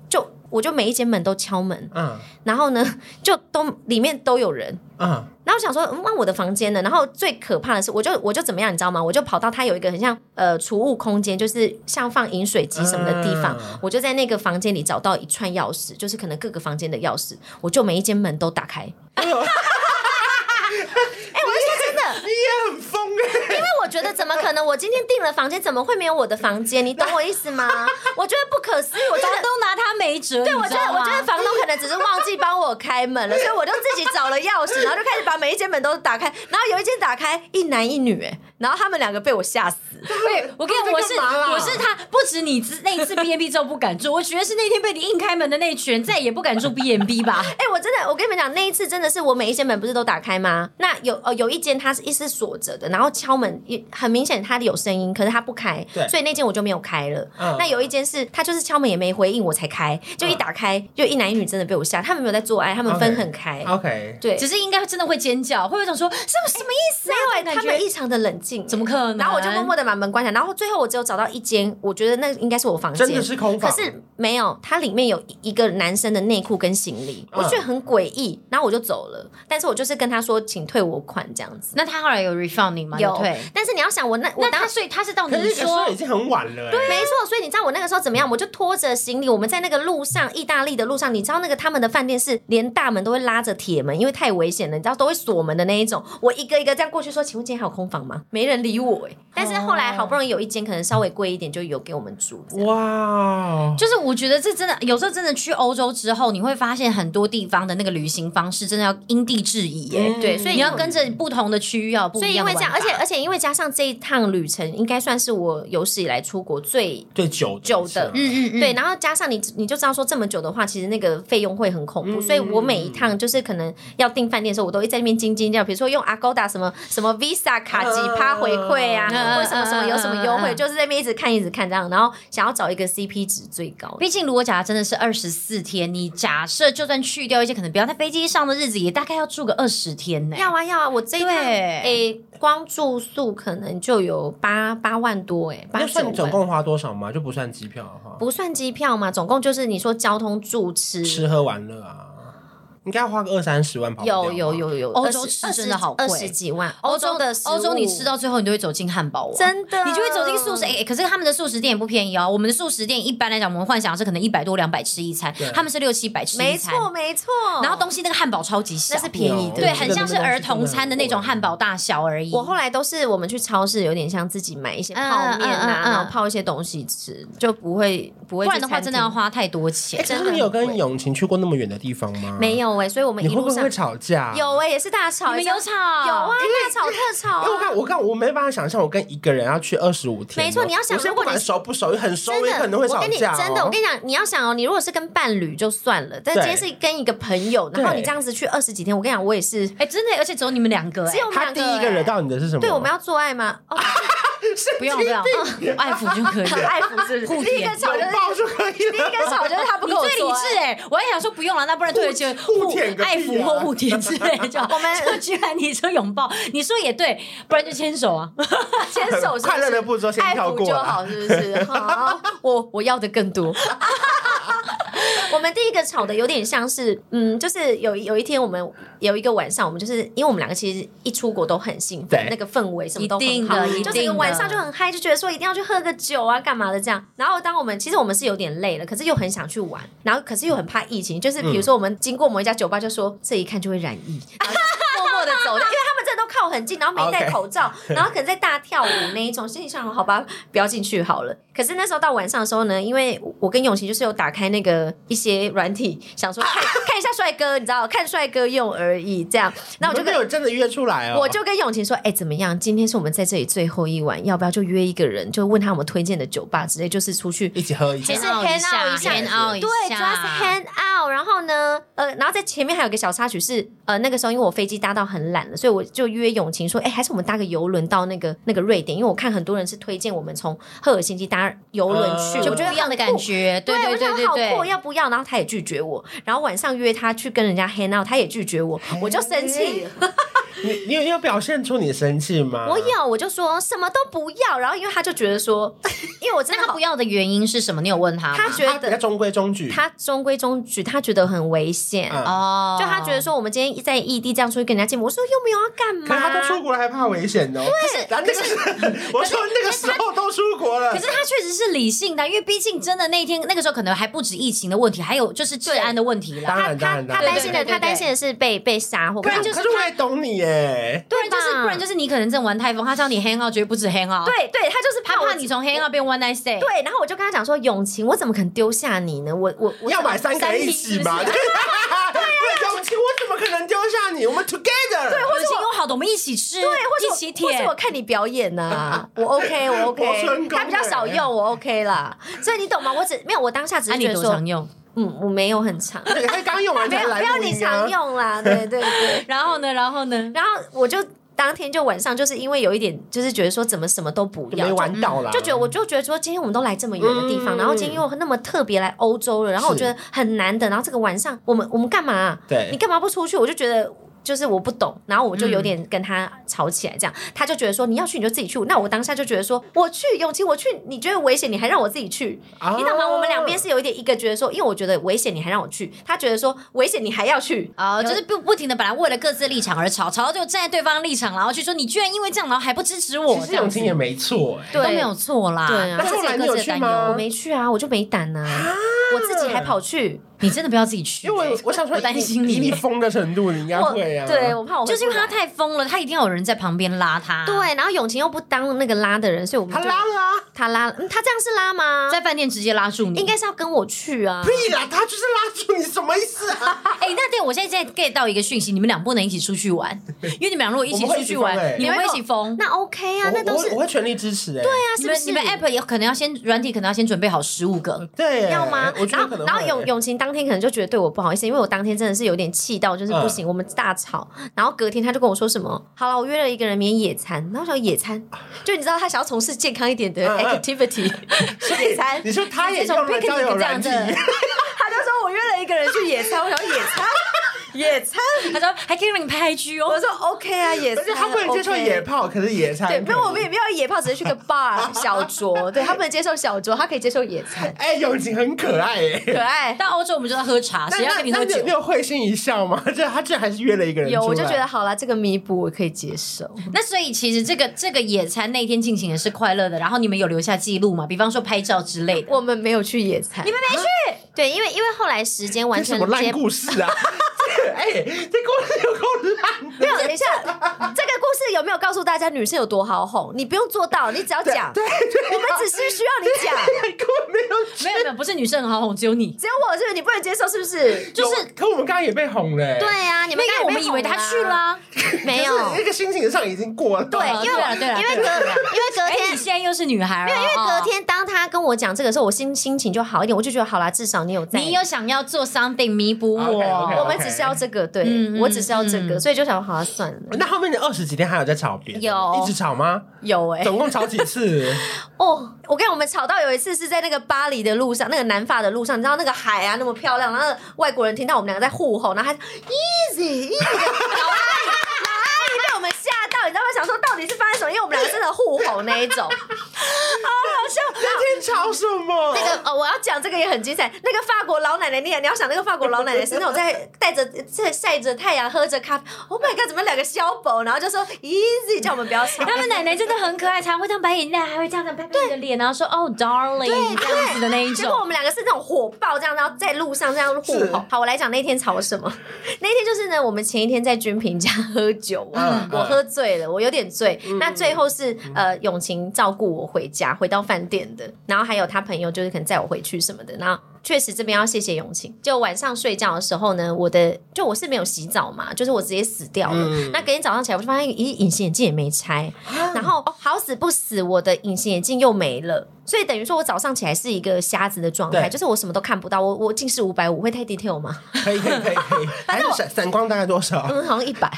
[SPEAKER 1] 就我就每一间门都敲门，
[SPEAKER 3] 嗯
[SPEAKER 1] 然后呢，就都里面都有人。
[SPEAKER 3] 嗯，
[SPEAKER 1] 然后我想说，嗯那、我的房间呢？然后最可怕的是，我就我就怎么样，你知道吗？我就跑到它有一个很像呃储物空间，就是像放饮水机什么的地方，
[SPEAKER 3] 嗯
[SPEAKER 1] 我就在那个房间里找到一串钥匙，就是可能各个房间的钥匙，我就每一间门都打开。
[SPEAKER 2] 哎
[SPEAKER 3] 你也很疯哎、
[SPEAKER 1] 因为我觉得怎么可能？我今天订了房间，怎么会没有我的房间？你懂我意思 吗？我觉得不可思议，我觉
[SPEAKER 2] 大家
[SPEAKER 1] 得
[SPEAKER 2] 都。拿他没辙。
[SPEAKER 1] 对，
[SPEAKER 2] 你
[SPEAKER 1] 我
[SPEAKER 2] 知
[SPEAKER 1] 觉
[SPEAKER 2] 道
[SPEAKER 1] 得我
[SPEAKER 2] 吗
[SPEAKER 1] 觉得房东可能只是忘记帮我开门了，所以我就自己找了钥 匙，然后就开始把每一间门都打开，然后有一间打开，一男一女、哎，然后他们两个被我吓死。
[SPEAKER 2] 对，我跟你
[SPEAKER 3] 在
[SPEAKER 2] 讲，我是
[SPEAKER 3] 干嘛啦
[SPEAKER 2] 我是他，不止你自那一次 B N B 之后不敢住，我觉得是那天被你硬开门的那一群，再也不敢住 B N B 吧。
[SPEAKER 1] 哎、我真的，我跟你们讲，那一次真的是我每一间门不是都打开吗？那有呃有一间它是一是锁着的，然后敲门，一很明显它有声音，可是它不开
[SPEAKER 3] 对，
[SPEAKER 1] 所以那间我就没有开了。
[SPEAKER 3] 嗯
[SPEAKER 1] 那有一间是它就是敲门也没回应，我才开，就一打开、就一男一女真的被我吓，他们没有在做爱，他们分
[SPEAKER 3] OK
[SPEAKER 1] 很开
[SPEAKER 3] OK，
[SPEAKER 1] 对，
[SPEAKER 2] 只是应该真的会尖叫，会有一种说什么什么意思啊？
[SPEAKER 1] 没有、
[SPEAKER 2] 那
[SPEAKER 1] 哎，
[SPEAKER 2] 种
[SPEAKER 1] 他
[SPEAKER 2] 感觉
[SPEAKER 1] 们异常的冷静、欸
[SPEAKER 2] 怎么可能？
[SPEAKER 1] 然后我就默默的把门关起来，然后最后我只有找到一间，我觉得那应该是我房间，
[SPEAKER 3] 真的是空
[SPEAKER 1] 可
[SPEAKER 3] 房，
[SPEAKER 1] 是没有，它里面有一个男生的内裤跟行李，我
[SPEAKER 3] 嗯
[SPEAKER 1] 觉得很诡异，然后我就走了。但是我就是跟他说，请退我款这样子。
[SPEAKER 2] 那他后来有 refund 你吗？
[SPEAKER 1] 有
[SPEAKER 2] 退。，
[SPEAKER 1] 但是你要想我那我
[SPEAKER 2] 那
[SPEAKER 1] 当
[SPEAKER 2] 他
[SPEAKER 1] 时。
[SPEAKER 2] 所以他是到
[SPEAKER 3] 可
[SPEAKER 2] 你
[SPEAKER 3] 是那个时
[SPEAKER 2] 说啊
[SPEAKER 3] 候已经很晚了、欸，
[SPEAKER 1] 没错，所以你知道我那个时候怎么样？我就拖着行李，我们在那个路上，意大利的路上，你知道那个他们的饭店是连大门都会拉着铁门，因为太危险了，你知道都会锁门的那一种。我一个一个这样过去说：“请问今天还有空房吗？”没人理我哎、但是后来好不容易有一间可能稍微贵一点，就有给我们住。
[SPEAKER 2] 嗯
[SPEAKER 1] 这样
[SPEAKER 3] 哇，
[SPEAKER 2] 就是我觉得这真的有时候真的去欧洲之后，你会发现很多地方的那个旅行方式真的要因地制宜耶。
[SPEAKER 3] 嗯
[SPEAKER 1] 对所以
[SPEAKER 2] 你要跟着不同的区域要有不
[SPEAKER 1] 所以
[SPEAKER 2] 一
[SPEAKER 1] 因
[SPEAKER 2] 样
[SPEAKER 1] 为
[SPEAKER 2] 的
[SPEAKER 1] 这样，而
[SPEAKER 2] 玩法
[SPEAKER 1] 且而且因为加上这一趟旅程，应该算是我有史以来出国最。
[SPEAKER 3] 对久
[SPEAKER 1] 久的
[SPEAKER 3] 嗯
[SPEAKER 2] 嗯嗯嗯，
[SPEAKER 1] 对，然后加上你，你就知道说这么久的话，其实那个费用会很恐怖，
[SPEAKER 3] 嗯
[SPEAKER 1] 所以我每一趟就是可能要订饭店的时候，我都会在那边斤斤计较，比如说用 Agoda 什么什么 Visa 卡几趴回馈啊，
[SPEAKER 2] 嗯
[SPEAKER 1] 或者什么什么有什么优
[SPEAKER 2] 嗯嗯
[SPEAKER 1] 惠，
[SPEAKER 2] 嗯
[SPEAKER 1] 就是在那边一直看一直看这样，然后想要找一个 CP 值最高的。
[SPEAKER 2] 毕竟，如果假设真的是二十四天，你假设就算去掉一些可能不要在飞机上的日子，也大概要住个二十天呢、
[SPEAKER 1] 要啊要啊，我这一趟
[SPEAKER 2] 对
[SPEAKER 1] 诶，光住宿可能就有八八万多诶，八
[SPEAKER 3] 那
[SPEAKER 1] 九
[SPEAKER 3] 算你
[SPEAKER 1] 万。
[SPEAKER 3] 总共花多少吗？就不算机票的话，
[SPEAKER 1] 不算机票嘛，总共就是你说交通、住、吃，
[SPEAKER 3] 吃喝玩乐啊，应该要花个二三十万跑不掉吧
[SPEAKER 1] 有有，有有，
[SPEAKER 2] 欧洲
[SPEAKER 1] 20
[SPEAKER 2] 吃真的好贵
[SPEAKER 1] 二十几万。
[SPEAKER 2] 欧洲
[SPEAKER 1] 的
[SPEAKER 2] 欧洲，你吃
[SPEAKER 1] 到
[SPEAKER 2] 到最后，你都会走进汉堡王，
[SPEAKER 1] 真的，
[SPEAKER 2] 你就会走进素食。哎、可是他们的素食店也不便宜哦。我们的素食店一般来讲，我们幻想是可能一百多、两百吃一餐
[SPEAKER 3] 对，
[SPEAKER 2] 他们是六七百吃一
[SPEAKER 1] 没
[SPEAKER 2] 餐。
[SPEAKER 1] 错没错。
[SPEAKER 2] 然后东西那个汉堡超级小，
[SPEAKER 1] 那是便
[SPEAKER 3] 哦
[SPEAKER 1] 宜的
[SPEAKER 2] 对，
[SPEAKER 1] 我觉得
[SPEAKER 2] 很像是儿童餐的那种汉堡大小而已。
[SPEAKER 1] 我后来都是我们去超市，有点像自己买一些泡
[SPEAKER 2] 嗯
[SPEAKER 1] 面
[SPEAKER 2] 嗯
[SPEAKER 1] 啊，
[SPEAKER 2] 嗯嗯
[SPEAKER 1] 然后泡一些东西吃，就不会不会
[SPEAKER 2] 不
[SPEAKER 1] 去餐厅。
[SPEAKER 2] 然的话，真的要花太多钱。
[SPEAKER 3] 哎，可是你有跟永晴去过那么远的地方吗？
[SPEAKER 1] 没，有哎，所以我们
[SPEAKER 3] 你
[SPEAKER 1] 一
[SPEAKER 3] 会不
[SPEAKER 1] 路上
[SPEAKER 3] 会吵啊架？
[SPEAKER 1] 有哎，也是大吵，
[SPEAKER 2] 你们有吵？
[SPEAKER 1] 有啊，大吵特吵
[SPEAKER 3] 因为我
[SPEAKER 1] 啊。
[SPEAKER 3] 看，我看，我没办法想象，我跟一个人要去二十五天哦。
[SPEAKER 1] 没错你要想
[SPEAKER 3] 我先
[SPEAKER 1] 如
[SPEAKER 3] 不
[SPEAKER 1] 果你
[SPEAKER 3] 管熟不熟，很熟
[SPEAKER 1] 真
[SPEAKER 3] 也
[SPEAKER 1] 的，
[SPEAKER 3] 可能会
[SPEAKER 1] 我
[SPEAKER 3] 吵
[SPEAKER 1] 跟你
[SPEAKER 3] 架哦。
[SPEAKER 1] 真的，我跟你讲，你要想哦，你如果是跟伴侣就算了，但今天
[SPEAKER 3] 对
[SPEAKER 1] 是跟一个朋友，然后
[SPEAKER 3] 对
[SPEAKER 1] 你这样子去二十几天，我跟你讲，我也是，
[SPEAKER 2] 哎、真的，而且只有你们两个、
[SPEAKER 1] 只
[SPEAKER 2] 哎，
[SPEAKER 1] 有我们
[SPEAKER 3] 他
[SPEAKER 1] 两
[SPEAKER 3] 第
[SPEAKER 1] 个
[SPEAKER 3] 一个惹
[SPEAKER 1] 哎
[SPEAKER 3] 到你的是什么？
[SPEAKER 1] 对，我们要做爱吗？ 哦，
[SPEAKER 2] 不用不用，哦 爱抚就可以 了。
[SPEAKER 1] 爱抚是不
[SPEAKER 2] 互
[SPEAKER 1] 是？第一
[SPEAKER 2] 舔
[SPEAKER 1] 个吵就是
[SPEAKER 3] 拥抱就可以
[SPEAKER 1] 第一
[SPEAKER 3] 了。
[SPEAKER 1] 个吵就是他不
[SPEAKER 2] 你
[SPEAKER 1] 跟我
[SPEAKER 2] 最理
[SPEAKER 1] 做
[SPEAKER 2] 智
[SPEAKER 1] 爱。
[SPEAKER 2] 哎、我还想说不用了，那不然退回去
[SPEAKER 3] 互舔个屁啊
[SPEAKER 2] 爱抚或互舔之类就好。
[SPEAKER 1] 我们
[SPEAKER 2] 就居然你说拥抱，你说也对，不然就牵 手啊。
[SPEAKER 1] 牵手是不是
[SPEAKER 3] 快乐的步骤先跳过
[SPEAKER 1] 爱抚就
[SPEAKER 3] 啦
[SPEAKER 1] 好，是不 是？好，我我要的更多。我们第一个吵的有点像是，嗯，就是有有一天我们有一个晚上，我们就是因为我们两个其实一出国都很兴奋
[SPEAKER 3] 对，
[SPEAKER 1] 那个氛围什么都
[SPEAKER 2] 一定
[SPEAKER 1] 很
[SPEAKER 2] 的
[SPEAKER 1] 好，
[SPEAKER 2] 一
[SPEAKER 1] 就整
[SPEAKER 2] 定的
[SPEAKER 1] 个晚上就很嗨，就觉得说一定要去喝个酒啊，干嘛的这样。然后当我们其实我们是有点累了，可是又很想去玩，然后可是又很怕疫情，就是比如说我们经过某一家酒吧，就说这一看就会染疫，然后就默默的 走掉，因为他们真的都靠很近，然后没戴
[SPEAKER 3] OK
[SPEAKER 1] 口口 罩，然后可能在大跳舞那一种，心里想好吧，不要进去好了。可是那时候到晚上的时候呢，因为我跟永琪就是有打开那个一些软体，想 说看看一下帅哥，你知道，看帅哥用而已这样。 那我就
[SPEAKER 3] 你们没
[SPEAKER 1] 跟
[SPEAKER 3] 有真的约出来哦。
[SPEAKER 1] 我就跟永晴说，哎、怎么样？今天是我们在这里最后一晚，要不要就约一个人，就问他我们推荐的酒吧之类，就是出去
[SPEAKER 3] 一起喝一下
[SPEAKER 1] 其实
[SPEAKER 2] out 一下
[SPEAKER 1] hand out 一下
[SPEAKER 2] hand out 一下，
[SPEAKER 1] 对，just hand out。然后呢，呃，然后在前面还有个小插曲是，呃，那个时候因为我飞机搭到很懒了，所以我就约永晴说，哎、还是我们搭个游轮到那个那个瑞典，因为我看很多人是推荐我们从赫尔辛基搭游轮去，
[SPEAKER 3] 嗯
[SPEAKER 1] 我
[SPEAKER 2] 就
[SPEAKER 1] 觉
[SPEAKER 2] 不
[SPEAKER 1] 得
[SPEAKER 2] 一样的感
[SPEAKER 1] 很酷。
[SPEAKER 2] 觉，对
[SPEAKER 1] 我
[SPEAKER 2] 对
[SPEAKER 1] 觉
[SPEAKER 2] 对
[SPEAKER 1] 得
[SPEAKER 2] 对
[SPEAKER 1] 好酷，
[SPEAKER 2] 对。
[SPEAKER 1] 要不要？然后他也拒绝我，然后晚上约他去跟人家 hang out，他也拒绝我，我就生气了。
[SPEAKER 3] 你你有你有表现出你生气吗？
[SPEAKER 1] 我。有，我就说什么都不要，然后因为他就觉得说， 因为我真
[SPEAKER 2] 那
[SPEAKER 1] 的
[SPEAKER 2] 他
[SPEAKER 1] 好
[SPEAKER 2] 不要的原因是什么？你有问他吗？
[SPEAKER 1] 他觉
[SPEAKER 3] 他比较
[SPEAKER 1] 得
[SPEAKER 3] 中规中矩，
[SPEAKER 1] 他中规中矩，他觉得很危险，
[SPEAKER 3] 嗯
[SPEAKER 2] 哦，
[SPEAKER 1] 就他觉得说我们今天在异地这样出去跟人家见面，我说又没有要干
[SPEAKER 3] 可
[SPEAKER 1] 嘛，
[SPEAKER 3] 是他都出国了，还怕危险哦。 对，那个是我说那个时候都出国了
[SPEAKER 2] 可，是他确实是理性的，因为毕竟真的那一天那个时候可能还不止疫情的问题，还有就是治安的问题啦。
[SPEAKER 3] 当然当
[SPEAKER 1] 他
[SPEAKER 3] 然当
[SPEAKER 1] 他
[SPEAKER 3] 然
[SPEAKER 1] 担心的
[SPEAKER 2] 对对对对
[SPEAKER 1] 他担心的是被被杀或
[SPEAKER 3] 可
[SPEAKER 1] 干嘛
[SPEAKER 3] 是可是我也懂你耶，
[SPEAKER 2] 不然就是
[SPEAKER 1] 吧
[SPEAKER 2] 不然就是你可能正玩太疯，他叫你 hang out 绝对不止 hang out，，
[SPEAKER 1] 对对，他就是
[SPEAKER 2] 他
[SPEAKER 1] 怕我
[SPEAKER 2] 怕你从 hang out 变 one night stay。
[SPEAKER 1] 对，然后我就跟他讲说，永晴，我怎么可能丢下你呢？我我我
[SPEAKER 3] 要买三个人一起嘛。 对啊，永琪，我怎么可能丢下你？我们 together。对，
[SPEAKER 2] 或者有好的我们一起吃，对，
[SPEAKER 1] 对，
[SPEAKER 2] 一
[SPEAKER 1] 或
[SPEAKER 2] 起
[SPEAKER 1] 者我或
[SPEAKER 2] 舔
[SPEAKER 1] 者我。看你表演呐、 我 OK，我
[SPEAKER 3] 我
[SPEAKER 1] OK，
[SPEAKER 3] 成功
[SPEAKER 1] 他比较少用，我 OK 啦。所以你懂吗？我只没有，我当下只
[SPEAKER 2] 那
[SPEAKER 1] 是
[SPEAKER 2] 啊
[SPEAKER 1] 觉
[SPEAKER 2] 你
[SPEAKER 1] 得
[SPEAKER 2] 多
[SPEAKER 1] 说，
[SPEAKER 2] 常用？
[SPEAKER 1] 嗯，我没有很长，
[SPEAKER 3] 对，他刚用 完
[SPEAKER 1] 没
[SPEAKER 3] 才
[SPEAKER 1] 有
[SPEAKER 3] 来啊
[SPEAKER 1] 没有你常
[SPEAKER 3] 常。
[SPEAKER 1] 用啦，对对对。
[SPEAKER 2] 然后呢？然后呢？
[SPEAKER 1] 然后我就当天就晚上，就是因为有一点，就是觉得说怎么什么都不
[SPEAKER 3] 就
[SPEAKER 1] 要，
[SPEAKER 3] 没
[SPEAKER 1] 就
[SPEAKER 3] 玩到啦，
[SPEAKER 1] 就觉得我就觉得说，今天我们都来这么远的地方，
[SPEAKER 3] 嗯
[SPEAKER 1] 然后今天又那么特别来欧洲了，然后我觉得很难得，然后这个晚上我们我们干嘛啊、
[SPEAKER 3] 对
[SPEAKER 1] 你干嘛不出去？我就觉得。就是我不懂，然后我就有点跟他吵起来，这样、他就觉得说你要去你就自己去，那我当下就觉得说我去永琪我去，你觉得危险你还让我自己去，
[SPEAKER 3] 啊
[SPEAKER 1] 你懂吗？我们两边是有一点一个觉得说，因为我觉得危险你还让我去，他觉得说危险你还要去，
[SPEAKER 2] 哦，就是不不停的，本来为了各自立场而吵，吵到就站在对方立场，然后去说你居然因为这样，然后还不支持我，
[SPEAKER 3] 其实
[SPEAKER 2] 这样
[SPEAKER 3] 永
[SPEAKER 2] 子
[SPEAKER 3] 清也没错哎。
[SPEAKER 1] 对
[SPEAKER 2] 都没有错啦。
[SPEAKER 1] 对啊
[SPEAKER 2] 各自
[SPEAKER 3] 那后来
[SPEAKER 2] 有
[SPEAKER 3] 你
[SPEAKER 2] 各
[SPEAKER 3] 有
[SPEAKER 2] 自的
[SPEAKER 3] 去
[SPEAKER 2] 担
[SPEAKER 3] 吗
[SPEAKER 1] 我
[SPEAKER 2] 忧。
[SPEAKER 1] 没去啊，我就没胆呐、我自己还跑去，
[SPEAKER 2] 你真的不要自己去，欸
[SPEAKER 3] 因为我我想说，
[SPEAKER 2] 我担心你
[SPEAKER 3] 以你疯的程度，你应该
[SPEAKER 1] 我
[SPEAKER 3] 会啊。
[SPEAKER 1] 对我怕我回
[SPEAKER 2] 就是因为
[SPEAKER 1] 不来
[SPEAKER 2] 他太疯了，他一定要有人在旁边拉他。，
[SPEAKER 1] 对，然后永晴又不当那个拉的人，所以我们
[SPEAKER 3] 他
[SPEAKER 1] 就
[SPEAKER 3] 拉了啊，
[SPEAKER 1] 他拉了，嗯，他这样是拉吗？
[SPEAKER 2] 在饭店直接拉住你。
[SPEAKER 1] 应该是要跟我去啊。
[SPEAKER 3] 屁啦，他就是拉住你，什么意思啊？
[SPEAKER 2] 哎、那对我现在在 get 到一个讯息，你们俩不能一起出去玩，因为你们俩如果一起
[SPEAKER 3] 我们
[SPEAKER 2] 出
[SPEAKER 3] 会一
[SPEAKER 2] 去
[SPEAKER 3] 起
[SPEAKER 2] 玩，
[SPEAKER 3] 疯欸
[SPEAKER 2] 你们会一起疯。
[SPEAKER 1] 那 OK 啊，
[SPEAKER 3] 我
[SPEAKER 1] 那都
[SPEAKER 3] 我
[SPEAKER 1] 是
[SPEAKER 3] 我会全力支持哎。对啊，
[SPEAKER 2] 你
[SPEAKER 1] 是不
[SPEAKER 2] 们
[SPEAKER 1] 是
[SPEAKER 2] 你们 app 也可能要先软体，可能要先准备好十五 个。
[SPEAKER 3] 对欸，
[SPEAKER 1] 要吗
[SPEAKER 3] 我？觉
[SPEAKER 1] 然
[SPEAKER 3] 得可
[SPEAKER 1] 后
[SPEAKER 3] 能
[SPEAKER 1] 然后
[SPEAKER 3] 会
[SPEAKER 1] 永永晴当天可能就觉得对我不好意思，因为我当天真的是有点气到，就是不
[SPEAKER 3] 嗯
[SPEAKER 1] 行，我们大吵。然后隔天他就跟我说什么，好了，我约了一个人免野餐，然后我想野餐，就你知道他想要从事健康一点的
[SPEAKER 3] 嗯嗯
[SPEAKER 1] activity 野餐，
[SPEAKER 3] 你说他也
[SPEAKER 1] 从
[SPEAKER 3] 用了
[SPEAKER 1] picnic
[SPEAKER 3] 交友
[SPEAKER 1] 这样
[SPEAKER 3] 软
[SPEAKER 1] 子，
[SPEAKER 3] 体，
[SPEAKER 1] 他就说我约了一个人去野餐，我想野餐。野餐，
[SPEAKER 2] 他说还可以让你拍 IG
[SPEAKER 1] 我
[SPEAKER 2] 哦，
[SPEAKER 1] 说 OK 啊，野
[SPEAKER 3] 而
[SPEAKER 1] 餐
[SPEAKER 3] 且他不能接受
[SPEAKER 1] OK
[SPEAKER 3] 野炮，可是野餐
[SPEAKER 1] 对，
[SPEAKER 3] 可以
[SPEAKER 1] 没有，我们也没有野炮，只是去个 bar 小酌。对他不能接受小酌，他可以接受野餐，
[SPEAKER 3] 哎，永晴很可爱哎。
[SPEAKER 1] 可爱。
[SPEAKER 2] 到欧洲我们就要喝茶，
[SPEAKER 3] 那
[SPEAKER 2] 谁要
[SPEAKER 3] 那
[SPEAKER 2] 跟你
[SPEAKER 3] 那
[SPEAKER 2] 喝
[SPEAKER 3] 你
[SPEAKER 2] 酒
[SPEAKER 3] 有你？有会心一笑吗？这他居然还是约了一个人
[SPEAKER 1] 有，
[SPEAKER 3] 出
[SPEAKER 1] 我就
[SPEAKER 3] 来
[SPEAKER 1] 觉得好了，这个弥补我可以接受。
[SPEAKER 2] 那所以其实这个这个野餐那天进行的是快乐的，然后你们有留下记录嘛？比方说拍照之类的。
[SPEAKER 1] 我们没有去野餐，你们没去？对，因为因为后来时间完
[SPEAKER 3] 这什
[SPEAKER 1] 全
[SPEAKER 3] 么烂
[SPEAKER 1] 接
[SPEAKER 3] 故事啊！ 这哎，这故事有够 烂
[SPEAKER 1] 没
[SPEAKER 3] 的。
[SPEAKER 1] 有。等一下，这个故事有没有告诉大家女生有多好哄？你不用做到，你只要讲，
[SPEAKER 3] 对对，
[SPEAKER 1] 我们只是需要你 讲。
[SPEAKER 3] 根本没有
[SPEAKER 2] 没有没有，不是女生很好哄，只有你。
[SPEAKER 1] 只有我是不是你不能接受？是不是？
[SPEAKER 3] 就是，有可我们刚刚也被哄了欸。
[SPEAKER 1] 对啊，你
[SPEAKER 2] 因
[SPEAKER 1] 们
[SPEAKER 2] 为我们以为他去
[SPEAKER 1] 了，
[SPEAKER 2] 啦。
[SPEAKER 1] 没有
[SPEAKER 3] 可。是那个心情上已经过了。
[SPEAKER 1] 对，因为我
[SPEAKER 2] 对了对了
[SPEAKER 1] 因为隔因为隔
[SPEAKER 2] 哎，
[SPEAKER 1] 天
[SPEAKER 2] 你现在又是女孩了，
[SPEAKER 1] 没有，因为
[SPEAKER 2] 哦
[SPEAKER 1] 隔天当他跟我讲这个时候，我心心情就好一点，我就觉得好啦，至少你有在。
[SPEAKER 2] 你有想要做 something 弥补我
[SPEAKER 3] OK，OK，OK
[SPEAKER 1] 我们只是要这个，对、
[SPEAKER 2] 嗯嗯
[SPEAKER 1] 我只是要这个，
[SPEAKER 2] 嗯
[SPEAKER 1] 所以就想好啊，算了。
[SPEAKER 3] 那后面的二十几天还有在吵别的
[SPEAKER 1] 有
[SPEAKER 3] 一直吵吗？
[SPEAKER 1] 有哎、
[SPEAKER 3] 总共吵几 次？
[SPEAKER 1] 哦，我跟你讲我们吵到有一次是在那个巴黎的路上，那个南法的路上，你知道那个海啊那么漂亮，然后外国人听到我们两个在互吼，然后还 easy easy，老阿姨老阿姨被我们吓到，你知道吗？想说到底是发生什么？因为我们两个真的互吼那一种。
[SPEAKER 3] 那天吵什 么？
[SPEAKER 1] 那个哦，我要讲这个也很精彩。那个法国老奶奶，你也你要想，那个法国老奶奶是那种在 带着在晒着太阳、喝着咖啡，Oh my god，怎么两个小狗，然后就说 easy，叫我们不要吵。
[SPEAKER 2] 他们奶奶真的很可爱，常会当白眼蛋，还会这样子拍拍你的脸，然后说哦
[SPEAKER 1] 对
[SPEAKER 2] darling 这样子的那一
[SPEAKER 1] 结果我
[SPEAKER 2] 种。
[SPEAKER 1] 们两个是那种火爆这样，然后在路上这样互
[SPEAKER 3] 是
[SPEAKER 1] 吼。好，我来讲那天吵什么。 那天就是呢，我们前一天在君平家喝酒啊
[SPEAKER 3] 嗯，
[SPEAKER 1] 我喝醉了，我有点醉。那最后是呃，永晴照顾我回家，回到饭店的，然后还有他朋友就是可能载我回去什么的，然后。确实，这边要谢谢永晴。就晚上睡觉的时候呢，我的就我是没有洗澡嘛，就是我直接死掉了。
[SPEAKER 3] 嗯
[SPEAKER 1] 那隔天早上起来，我就发现咦，隐形眼镜也没拆，然后、哦、好死不死，我的隐形眼镜又没了，所以等于说我早上起来是一个瞎子的状态，
[SPEAKER 3] 对
[SPEAKER 1] 就是我什么都看不到。我我近视五百五，会太 detail 吗？
[SPEAKER 3] 可以可以可以可以，还是闪闪光大概多少？
[SPEAKER 1] 嗯，好像一百。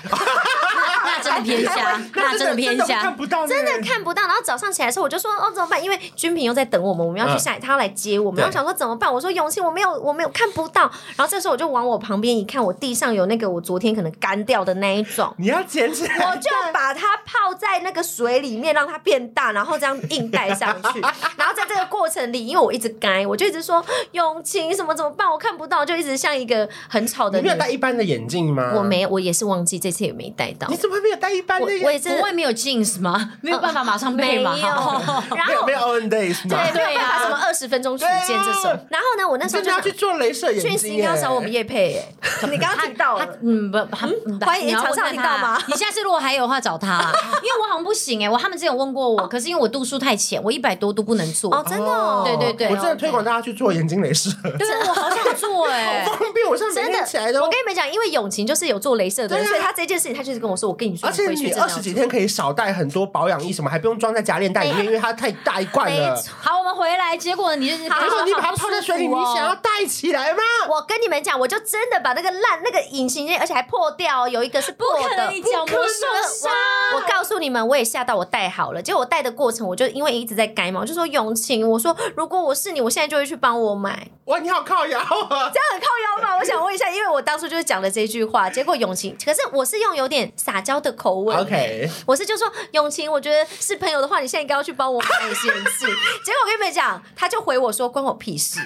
[SPEAKER 2] 那真真的偏瞎， 那真的偏瞎
[SPEAKER 3] 看。不到，
[SPEAKER 1] 真的。 看不到。然后早上起来的时候，我就说哦怎么办？因为君平又在等我们，我们要去下，他要来接我们。
[SPEAKER 3] 嗯对
[SPEAKER 1] 然后想说怎么办？我说永庆我没有我没有看不到。然后这时候我就往我旁边一看，我地上有那个我昨天可能干掉的那一种。
[SPEAKER 3] 你要捡起来，
[SPEAKER 1] 我就把它泡在那个水里面，让它变大，然后这样硬带上 去。然后在这个过程里，因为我一直该，我就一直说永清什么怎么办？我看不到，就一直像一个很吵的
[SPEAKER 3] 你没有
[SPEAKER 1] 人。
[SPEAKER 3] 戴一般的眼镜吗？
[SPEAKER 1] 我，没，我也是忘记，这次也没带到
[SPEAKER 3] 你。怎么没有戴一般
[SPEAKER 1] 我
[SPEAKER 3] 的眼？
[SPEAKER 1] 我也是
[SPEAKER 2] 国外没有 jeans 吗？没有办法马上
[SPEAKER 1] 没
[SPEAKER 2] 配
[SPEAKER 1] 有，
[SPEAKER 2] 吗？
[SPEAKER 1] 然后
[SPEAKER 3] 没 有没有 Owen Days 吗？
[SPEAKER 1] 对，没
[SPEAKER 2] 对啊
[SPEAKER 1] 有
[SPEAKER 2] 呀
[SPEAKER 1] 办法什么二十分钟取件这
[SPEAKER 3] 对
[SPEAKER 1] 种
[SPEAKER 3] 啊。
[SPEAKER 1] 然后呢，我那时候
[SPEAKER 3] 真的
[SPEAKER 1] 就
[SPEAKER 3] 要去做镭射眼
[SPEAKER 1] 讯
[SPEAKER 3] 睛。
[SPEAKER 1] 息要找我们
[SPEAKER 3] 耶。
[SPEAKER 1] 叶佩 耶，你刚刚提到了。
[SPEAKER 2] 嗯不，他嗯
[SPEAKER 1] 欢迎
[SPEAKER 2] 你要问
[SPEAKER 1] 常常听到
[SPEAKER 2] 他
[SPEAKER 1] 吗
[SPEAKER 2] 你下次如果还有话找他 啊，因为我好像不行哎，我他们之前有问过我，可是因为我度数太浅，我一百多都不能
[SPEAKER 1] 哦，
[SPEAKER 2] 做。
[SPEAKER 1] 真的哦，
[SPEAKER 2] 对对对
[SPEAKER 3] 我真的推广大家去做眼睛镭射，
[SPEAKER 2] 对，我好想做 哎。
[SPEAKER 3] 方便。我现在每
[SPEAKER 1] 真的
[SPEAKER 3] 天起来都
[SPEAKER 1] 我跟你们讲，因为永晴就是有做镭射的人，
[SPEAKER 3] 对啊
[SPEAKER 1] 所以他这件事情，他就是跟我说，我跟你说，
[SPEAKER 3] 而且
[SPEAKER 1] 我回去
[SPEAKER 3] 你
[SPEAKER 1] 真的要
[SPEAKER 3] 二十几天可以少带很多保养液什么，还不用装在夹链袋里面，因为它太大一罐了
[SPEAKER 1] 没。错
[SPEAKER 2] 好，我们回来，结果你就是
[SPEAKER 3] 然后你把它泡在水里，你想
[SPEAKER 2] 哦
[SPEAKER 3] 要带起来吗？
[SPEAKER 1] 我跟你们讲，我就真的把那个烂那个隐形眼，而且还破掉哦，有一个是破
[SPEAKER 2] 不可
[SPEAKER 1] 的，
[SPEAKER 2] 能你角膜
[SPEAKER 1] 不可能
[SPEAKER 2] 受伤
[SPEAKER 1] 我我告诉你们，我也吓到，我戴好了。结果我戴的过程，我就因为一直在改嘛，我就说永晴，我说如果我是你，我现在就会去帮我买。
[SPEAKER 3] 哇，你好靠摇啊！
[SPEAKER 1] 这样很靠腰吗？我想问一下，因为我当初就是讲了这句话，结果永晴，可是我是用有点撒娇的口吻
[SPEAKER 3] OK
[SPEAKER 1] 我是就说永晴，我觉得是朋友的话，你现在应该要去帮我买一些东 西。结果我跟你们讲，他就回我说关我屁事，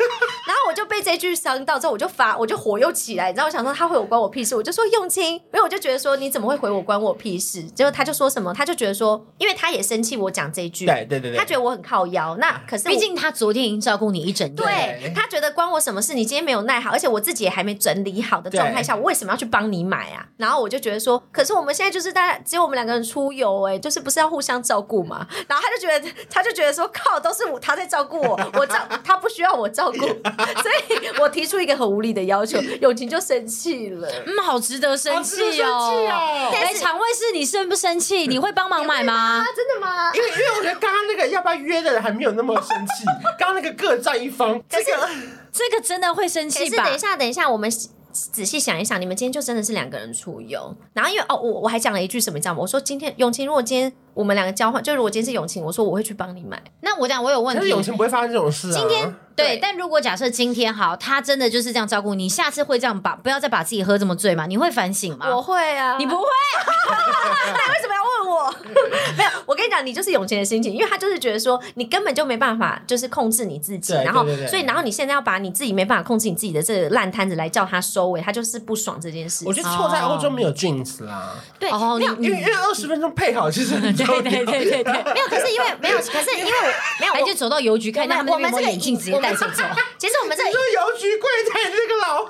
[SPEAKER 1] 然后我就被这句伤到之后，我就发我就火又起来，你知道我想说他回我关我屁事，我就说永晴，因为我就觉得说你怎么会回我关我屁事？结果他就说什么，他就觉得说，因为他也生气我讲这句，
[SPEAKER 3] 对对对对，嗯
[SPEAKER 1] 他觉得我很靠腰，那可是我
[SPEAKER 2] 毕竟他昨天已经照顾你一整夜，
[SPEAKER 1] 对他觉得关我什么事？你今天没有耐好，而且我自己也还没整理好的状态下，我为什么要去帮你买啊？然后我就觉得说，可是我们现在就是大家只有我们两个人出游、哎，就是不是要互相照顾嘛？ 然后他就觉得，他就觉得说，靠，都是我他在照顾我， 我照他不需要我照顾，所以我提出一个很无理的要求，友情就生气了。
[SPEAKER 2] 嗯，好值得生
[SPEAKER 3] 好值
[SPEAKER 2] 气
[SPEAKER 3] 得生气
[SPEAKER 2] 哦
[SPEAKER 3] 哦。
[SPEAKER 2] 哎，
[SPEAKER 1] 但是
[SPEAKER 2] 肠胃是你生不生气？你会帮忙买吗？
[SPEAKER 1] 真的吗？
[SPEAKER 3] 因为因为我觉得刚刚那个要不要约的人还没有那么生 气，刚刚那个各占一方，这个
[SPEAKER 2] 这个真的会生
[SPEAKER 1] 可
[SPEAKER 2] 气
[SPEAKER 1] 哎是
[SPEAKER 2] 吧
[SPEAKER 1] 等一？下，等一下，我们仔仔细想一想，你们今天就真的是两个人出游。然后因为哦，我我还讲了一句什么，你知道吗？我说今天永晴，如果今天我们两个交换，就如果今天是永晴，我说我会去帮你买。
[SPEAKER 2] 那我讲，我有问
[SPEAKER 3] 可是
[SPEAKER 2] 题
[SPEAKER 3] 永。晴不会发生这种事啊。
[SPEAKER 2] 今天对，
[SPEAKER 1] 对
[SPEAKER 2] 但如果假设今天好，他真的就是这样照顾你，下次会这样把不要再把自己喝这么醉嘛？你会反省吗？
[SPEAKER 1] 我会啊，
[SPEAKER 2] 你不会，
[SPEAKER 1] 那为什么要问我？ 没有，我跟你讲，你就是永晴的心情，因为他就是觉得说你根本就没办法，就是控制你自己，
[SPEAKER 3] 对
[SPEAKER 1] 然后
[SPEAKER 3] 对对对
[SPEAKER 1] 所以然后你现在要把你自己没办法控制你自己的这个烂摊子来叫他收尾，他就是不爽这件事
[SPEAKER 3] 我觉
[SPEAKER 1] 情。
[SPEAKER 3] 得错在欧洲没有 jeans 啦，
[SPEAKER 1] 对
[SPEAKER 2] 哦，你
[SPEAKER 3] 因为因为二十分钟配好其实很重 要。
[SPEAKER 2] 对对对对对，
[SPEAKER 1] 没有，可是因为没有，可是因为我 没有，
[SPEAKER 2] 还
[SPEAKER 1] 我
[SPEAKER 2] 就走到邮局看
[SPEAKER 1] 我们
[SPEAKER 2] 他们那边有
[SPEAKER 1] 我们
[SPEAKER 2] 没
[SPEAKER 1] 这
[SPEAKER 2] 有
[SPEAKER 1] 个
[SPEAKER 2] 眼镜，直接带走走。
[SPEAKER 1] 其实我们这
[SPEAKER 3] 你说邮局柜台那个老，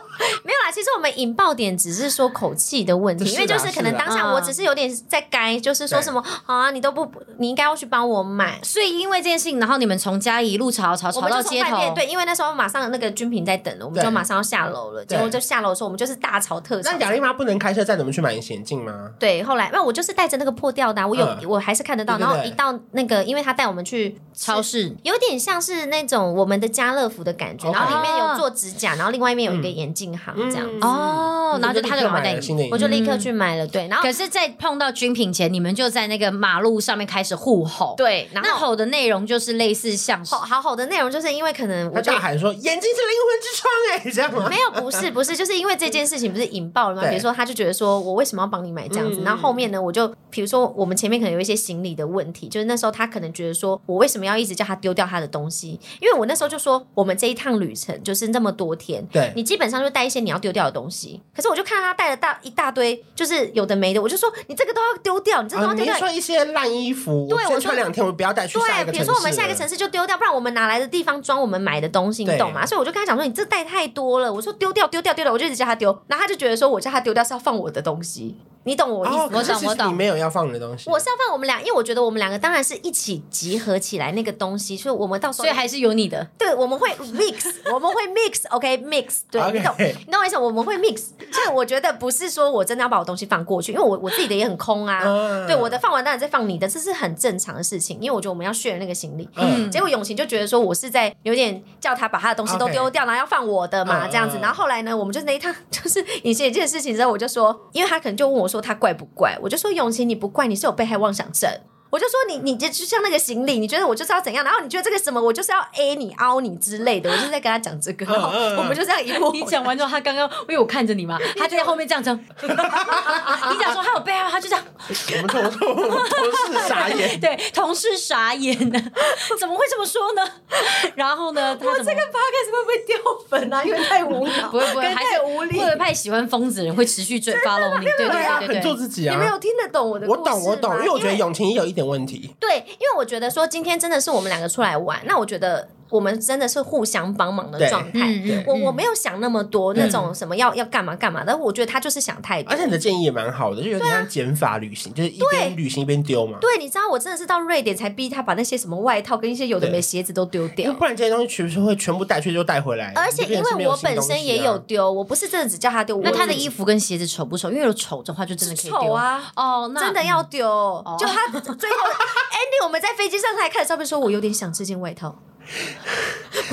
[SPEAKER 1] 没有啦，其实我们引爆点只是说口气的问题，
[SPEAKER 3] 是
[SPEAKER 1] 因
[SPEAKER 3] 啦
[SPEAKER 1] 为就是可能当下我只是有点在该，就是说什么啊，你都不，你应该要去帮我买。
[SPEAKER 2] 所以因为这件事情，然后你们从家一路吵吵
[SPEAKER 1] 我
[SPEAKER 2] 吵
[SPEAKER 1] 们
[SPEAKER 2] 到
[SPEAKER 1] 就从
[SPEAKER 2] 街
[SPEAKER 1] 外面
[SPEAKER 2] 头，
[SPEAKER 1] 对，因为那时候马上那个军品在等了，我们
[SPEAKER 3] 对
[SPEAKER 1] 就马上要下楼了。结
[SPEAKER 3] 对
[SPEAKER 1] 果就下楼的时候，我们就是大吵特吵
[SPEAKER 3] 那。雅丽妈不能开车载你们去买隐形眼镜吗？
[SPEAKER 1] 对，后来那我就是带着那个破掉的啊、我有、
[SPEAKER 3] 嗯
[SPEAKER 1] 我还是看得到。
[SPEAKER 3] 对对
[SPEAKER 1] 然后
[SPEAKER 3] 对
[SPEAKER 1] 一到那个，因为他带我们去
[SPEAKER 2] 超市
[SPEAKER 1] 有点像是那种我们的家乐福的感觉，
[SPEAKER 3] OK
[SPEAKER 1] 然后里面有做指甲，然后另外一面有一个眼镜行这样。
[SPEAKER 3] 嗯
[SPEAKER 2] 哦，然后就他
[SPEAKER 3] 立刻
[SPEAKER 2] 就赶快
[SPEAKER 3] 买
[SPEAKER 2] 带
[SPEAKER 3] 了
[SPEAKER 2] 你
[SPEAKER 3] 新。的眼
[SPEAKER 1] 我
[SPEAKER 3] 镜。
[SPEAKER 1] 就立刻去买了，对，然后
[SPEAKER 2] 可是，在碰到军品前，你们就在那个马路上面开始互吼。，
[SPEAKER 1] 对，然
[SPEAKER 2] 那
[SPEAKER 1] 后
[SPEAKER 2] 吼的内容就是类似像是
[SPEAKER 1] 吼好吼的内容，就是因为可能
[SPEAKER 3] 他
[SPEAKER 1] 我就
[SPEAKER 3] 大喊说：“眼睛是灵魂之窗！”哎，这样吗？
[SPEAKER 1] 没有，不是不是，就是因为这件事情不是引爆了吗？
[SPEAKER 3] 对
[SPEAKER 1] 比如说，他就觉得说我为什么要帮你买这样子，
[SPEAKER 3] 嗯
[SPEAKER 1] 然后后面呢，我就比如说我们前面可能有一些行李的问题，就是那时候他可能觉得说我为什么要一直叫他丢掉他的东西，因为我那时候就说我们这一趟旅程就是那么多天，
[SPEAKER 3] 对
[SPEAKER 1] 你基本上就带一些你要丢掉的东西，可是我就看他带了大一大堆，就是有的没的，我就说你这个都要丢掉，你这个都
[SPEAKER 3] 啊，
[SPEAKER 1] 要
[SPEAKER 3] 你
[SPEAKER 1] 丢
[SPEAKER 3] 是
[SPEAKER 1] 掉，
[SPEAKER 3] 说一些烂衣服，
[SPEAKER 1] 对我
[SPEAKER 3] 先
[SPEAKER 1] 说
[SPEAKER 3] 穿两天，我不要带去下一个
[SPEAKER 1] 对，比如说我们下一个城
[SPEAKER 3] 市
[SPEAKER 1] 市就丢掉，不然我们哪来的地方装我们买的东西，你
[SPEAKER 3] 对
[SPEAKER 1] 懂吗？所以我就跟他讲说，你这带太多了，我说丢掉丢掉丢掉，我就一直叫他丢，然后他就觉得说我叫他丢掉是要放我的东西，你懂我
[SPEAKER 3] 了。
[SPEAKER 1] 意思吗？
[SPEAKER 3] 哦，可是
[SPEAKER 2] 我懂
[SPEAKER 3] 其实
[SPEAKER 2] 我懂
[SPEAKER 3] 你没有要放你的东西。
[SPEAKER 1] 我是要放我们俩，因为我觉得我们两个当然是一起集合起来那个东西，所以我们到时候
[SPEAKER 2] 所以还是有你的。
[SPEAKER 1] 对我们会 mix，我们会 mix，OK，mix，、对
[SPEAKER 3] OK
[SPEAKER 1] 你懂你懂我意思？我们会 mix，所以我觉得不是说我真的要把我东西放过去，因为我我自己的也很空啊，
[SPEAKER 3] 嗯
[SPEAKER 1] 对我的放完当然再放你的，这是很正常的事情，因为我觉得我们要 share 那个行李，
[SPEAKER 3] 嗯
[SPEAKER 1] 结果永晴就觉得说我是在有点叫他把他的东西都
[SPEAKER 3] OK
[SPEAKER 1] 丢掉然后要放我的嘛
[SPEAKER 3] 嗯
[SPEAKER 1] 这样子。
[SPEAKER 3] 嗯
[SPEAKER 1] 然后后来呢，我们就那一趟就是隐形眼镜的事情之后，我就说，因为他可能就问我说他怪不怪，我就说永琪你不怪，你是有被害妄想症。我就说你，你这就像那个行李，你觉得我就是要怎样，然后你觉得这个什么，我就是要 A 你、凹你之类的，我就是在跟他讲这个，然后我们就这样一路。
[SPEAKER 2] 你讲完之后，他刚刚因为我看着你 嘛，他就在后面这样子。你讲说他啊有备案，他就这样，
[SPEAKER 3] 我们同我们 同事傻眼。
[SPEAKER 2] 对同事傻眼呢， 怎么会这么说呢？ 然后呢，他怎么？
[SPEAKER 1] p o d c a s 会不会掉粉啊？因为太无 聊，
[SPEAKER 2] 不会不会，
[SPEAKER 1] 跟
[SPEAKER 2] 还
[SPEAKER 1] 太
[SPEAKER 2] 是
[SPEAKER 1] 无力
[SPEAKER 2] 会。不会派喜欢疯子的人会持续追 follow 你？对对
[SPEAKER 3] 很
[SPEAKER 2] 对
[SPEAKER 3] 做
[SPEAKER 2] 对对，
[SPEAKER 3] 自己
[SPEAKER 1] 你
[SPEAKER 3] 啊。
[SPEAKER 1] 没有听得懂我的故
[SPEAKER 3] 我
[SPEAKER 1] 事吗
[SPEAKER 3] 懂，我懂，因为我觉得永晴也有一点问题。
[SPEAKER 1] 对，因为我觉得说今天真的是我们两个出来玩，那我觉得我们真的是互相帮忙的
[SPEAKER 3] 对
[SPEAKER 1] 状态。
[SPEAKER 2] 嗯嗯，
[SPEAKER 1] 我
[SPEAKER 2] 嗯
[SPEAKER 1] 我没有想那么多那种什么要要干嘛干嘛的，我觉得他就是想太多
[SPEAKER 3] 而。且你的建议也蛮好的，就有
[SPEAKER 1] 啊
[SPEAKER 3] 点像减法旅行，就是一边旅行一边丢嘛。
[SPEAKER 1] 对，你知道我真的是到瑞典才逼他把那些什么外套跟一些有的没鞋子都丢
[SPEAKER 3] 因
[SPEAKER 1] 掉
[SPEAKER 3] 为。不然这些东西其实会全部带去就带回来。
[SPEAKER 1] 而且因为我本身也有
[SPEAKER 3] 你就变成是没新东西啊，
[SPEAKER 1] 丢，我不是真的只叫他丢，
[SPEAKER 2] 那
[SPEAKER 1] 我
[SPEAKER 2] 他的
[SPEAKER 1] 是
[SPEAKER 2] 衣服跟鞋子丑不丑？因为有丑的话，就真的可以丢
[SPEAKER 1] 丑。啊。
[SPEAKER 2] 哦，那
[SPEAKER 1] 真的要丢，就他最后 Andy，我们在飞机上他还看着照片说，我有点想这件外套。，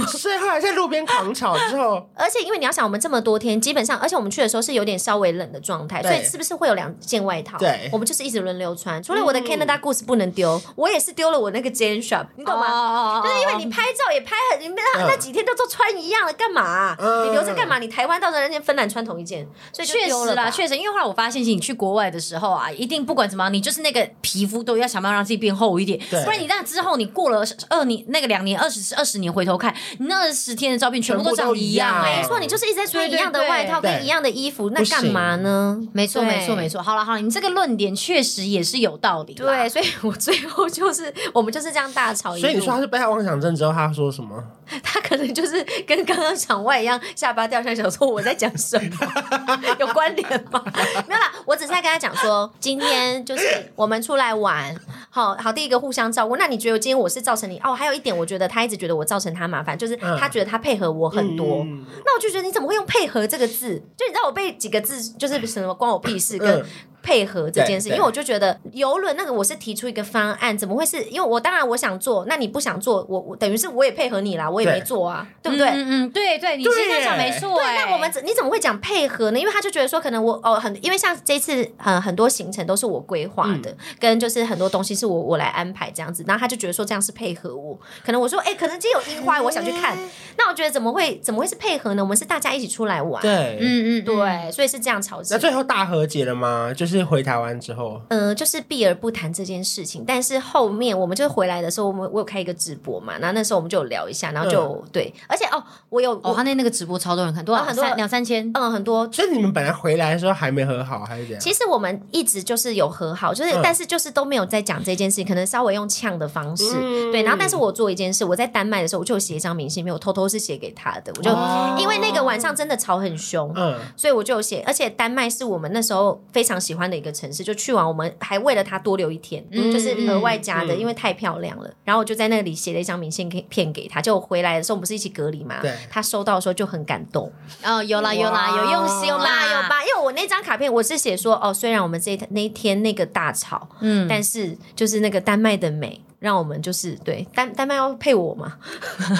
[SPEAKER 3] 所以后来在路边狂吵之 后
[SPEAKER 1] 而且因为你要想，我们这么多天，基本上，而且我们去的时候是有点稍微冷的状态，
[SPEAKER 3] 对
[SPEAKER 1] 所以是不是会有两件外套？
[SPEAKER 3] 对嗯
[SPEAKER 1] 我们就是一直轮流穿。除了我的 Canada Goose 不能丢，我也是丢了我那个 Jane Shop，你
[SPEAKER 2] 哦
[SPEAKER 1] 懂吗？
[SPEAKER 2] 吗
[SPEAKER 1] 就是因为你拍照也拍很，你们那
[SPEAKER 3] 哦嗯
[SPEAKER 1] 那几天都都穿一样了，干嘛啊、
[SPEAKER 3] 嗯啊
[SPEAKER 1] 你留着干嘛？你台湾到时候人家芬兰穿同一件，所以就
[SPEAKER 2] 确
[SPEAKER 1] 丢
[SPEAKER 2] 实
[SPEAKER 1] 了
[SPEAKER 2] 啦，
[SPEAKER 1] 吧
[SPEAKER 2] 确实，因为后来我发现，你去国外的时候啊，一定不管怎么样，你就是那个皮肤都要想办法让自己变厚一点，
[SPEAKER 3] 对
[SPEAKER 2] 不然你那之后你过了二年那个两年二十二十年回头看，你那二十天的照片全部都长一
[SPEAKER 3] 全
[SPEAKER 2] 样、
[SPEAKER 3] 部都一样
[SPEAKER 2] 哎
[SPEAKER 1] 没错，你就是一直在穿一
[SPEAKER 2] 对对
[SPEAKER 1] 样的外套
[SPEAKER 3] 对
[SPEAKER 1] 跟一样的衣服，那
[SPEAKER 3] 不行
[SPEAKER 1] 干嘛呢？
[SPEAKER 2] 没错，
[SPEAKER 1] 对
[SPEAKER 2] 没错，没错。好了，好了，你这个论点确实也是有道理。
[SPEAKER 1] 对，，所以我最后就是我们就是这样大吵一路。
[SPEAKER 3] 所以你说他是被害妄想症之后，他说什么？
[SPEAKER 1] 他可能就是跟刚刚场外一样，下巴掉下来，想说我在讲什么， 有关联吗？没有啦，我只是在跟他讲说，今天就是我们出来玩，好好，第一个互相照顾。那你觉得今天我是造成你哦？还有一点，我觉得他一直觉得我造成他麻烦，就是
[SPEAKER 3] 嗯
[SPEAKER 1] 他觉得他配合我很多。
[SPEAKER 3] 嗯
[SPEAKER 1] 那我就觉得你怎么会用配合这个字？就你知道我被几个字就是什么关我屁事跟
[SPEAKER 3] 嗯
[SPEAKER 1] 配合这件事，
[SPEAKER 3] 对
[SPEAKER 1] 因
[SPEAKER 3] 对
[SPEAKER 1] 为我就觉得游轮那个我是提出一个方案，怎么会是因为我当然我想做，那你不想做，我我等于是我也配合你啦，我也没做啊，对不对？
[SPEAKER 2] 嗯嗯，对对，你
[SPEAKER 3] 对
[SPEAKER 2] 其实这样讲没错、
[SPEAKER 1] 对，
[SPEAKER 2] 哎
[SPEAKER 1] 那我们怎你怎么会讲配合呢？因为他就觉得说，可能我哦很，因为像这次呃很多行程都是我规划的，
[SPEAKER 3] 嗯
[SPEAKER 1] 跟就是很多东西是我我来安排这样子，然后他就觉得说这样是配合我。哦可能我说，哎、可能今天有樱花，我想去看，那我觉得怎么会怎么会是配合呢？我们是大家一起出来玩，
[SPEAKER 3] 对，
[SPEAKER 2] 嗯嗯嗯
[SPEAKER 1] 对，所以是这样吵起
[SPEAKER 3] 那
[SPEAKER 1] 来。
[SPEAKER 3] 最后大和解了吗？就是回台湾之后，
[SPEAKER 1] 嗯、就是避而不谈这件事情，但是后面我们就是回来的时候，我们我有开一个直播嘛，然后那时候我们就有聊一下，然后就、
[SPEAKER 3] 嗯
[SPEAKER 1] 对，而且哦，我有
[SPEAKER 2] 哦，
[SPEAKER 1] 我
[SPEAKER 2] 他那那个直播超多人看，多少、
[SPEAKER 1] 哦很多
[SPEAKER 2] 三两三千。
[SPEAKER 1] 嗯很多
[SPEAKER 3] 所以你们本来回来的时候还没和好，还是怎样？
[SPEAKER 1] 其实我们一直就是有和好，就是、
[SPEAKER 3] 嗯
[SPEAKER 1] 但是就是都没有在讲这件事情，可能稍微用呛的方式，
[SPEAKER 3] 嗯
[SPEAKER 1] 对。然后，但是我做一件事，我在丹麦的时候，我就有写一张明信片，我偷偷是写给他的，我就、
[SPEAKER 2] 哦
[SPEAKER 1] 因为那个晚上真的吵很凶。
[SPEAKER 3] 嗯，
[SPEAKER 1] 所以我就有写，而且丹麦是我们那时候非常喜欢的一个城市，就去完我们还为了它多留一天，
[SPEAKER 2] 嗯
[SPEAKER 1] 就是额外加的，
[SPEAKER 3] 嗯
[SPEAKER 1] 因为太漂亮了。然后我就在那里写了一张明信片给他，就我回来的时候我们不是一起隔离嘛
[SPEAKER 3] 对，
[SPEAKER 1] 他收到的时候就很感动。
[SPEAKER 2] 哦，有啦有啦，
[SPEAKER 3] 哇
[SPEAKER 2] 有用心
[SPEAKER 1] 有吧
[SPEAKER 2] 啦
[SPEAKER 1] 有。吧，因为我那张卡片我是写说哦，虽然我们这一天那一天那个大吵，
[SPEAKER 2] 嗯，
[SPEAKER 1] 但是就是那个丹麦的美，让我们就是对丹丹麦要配我嘛？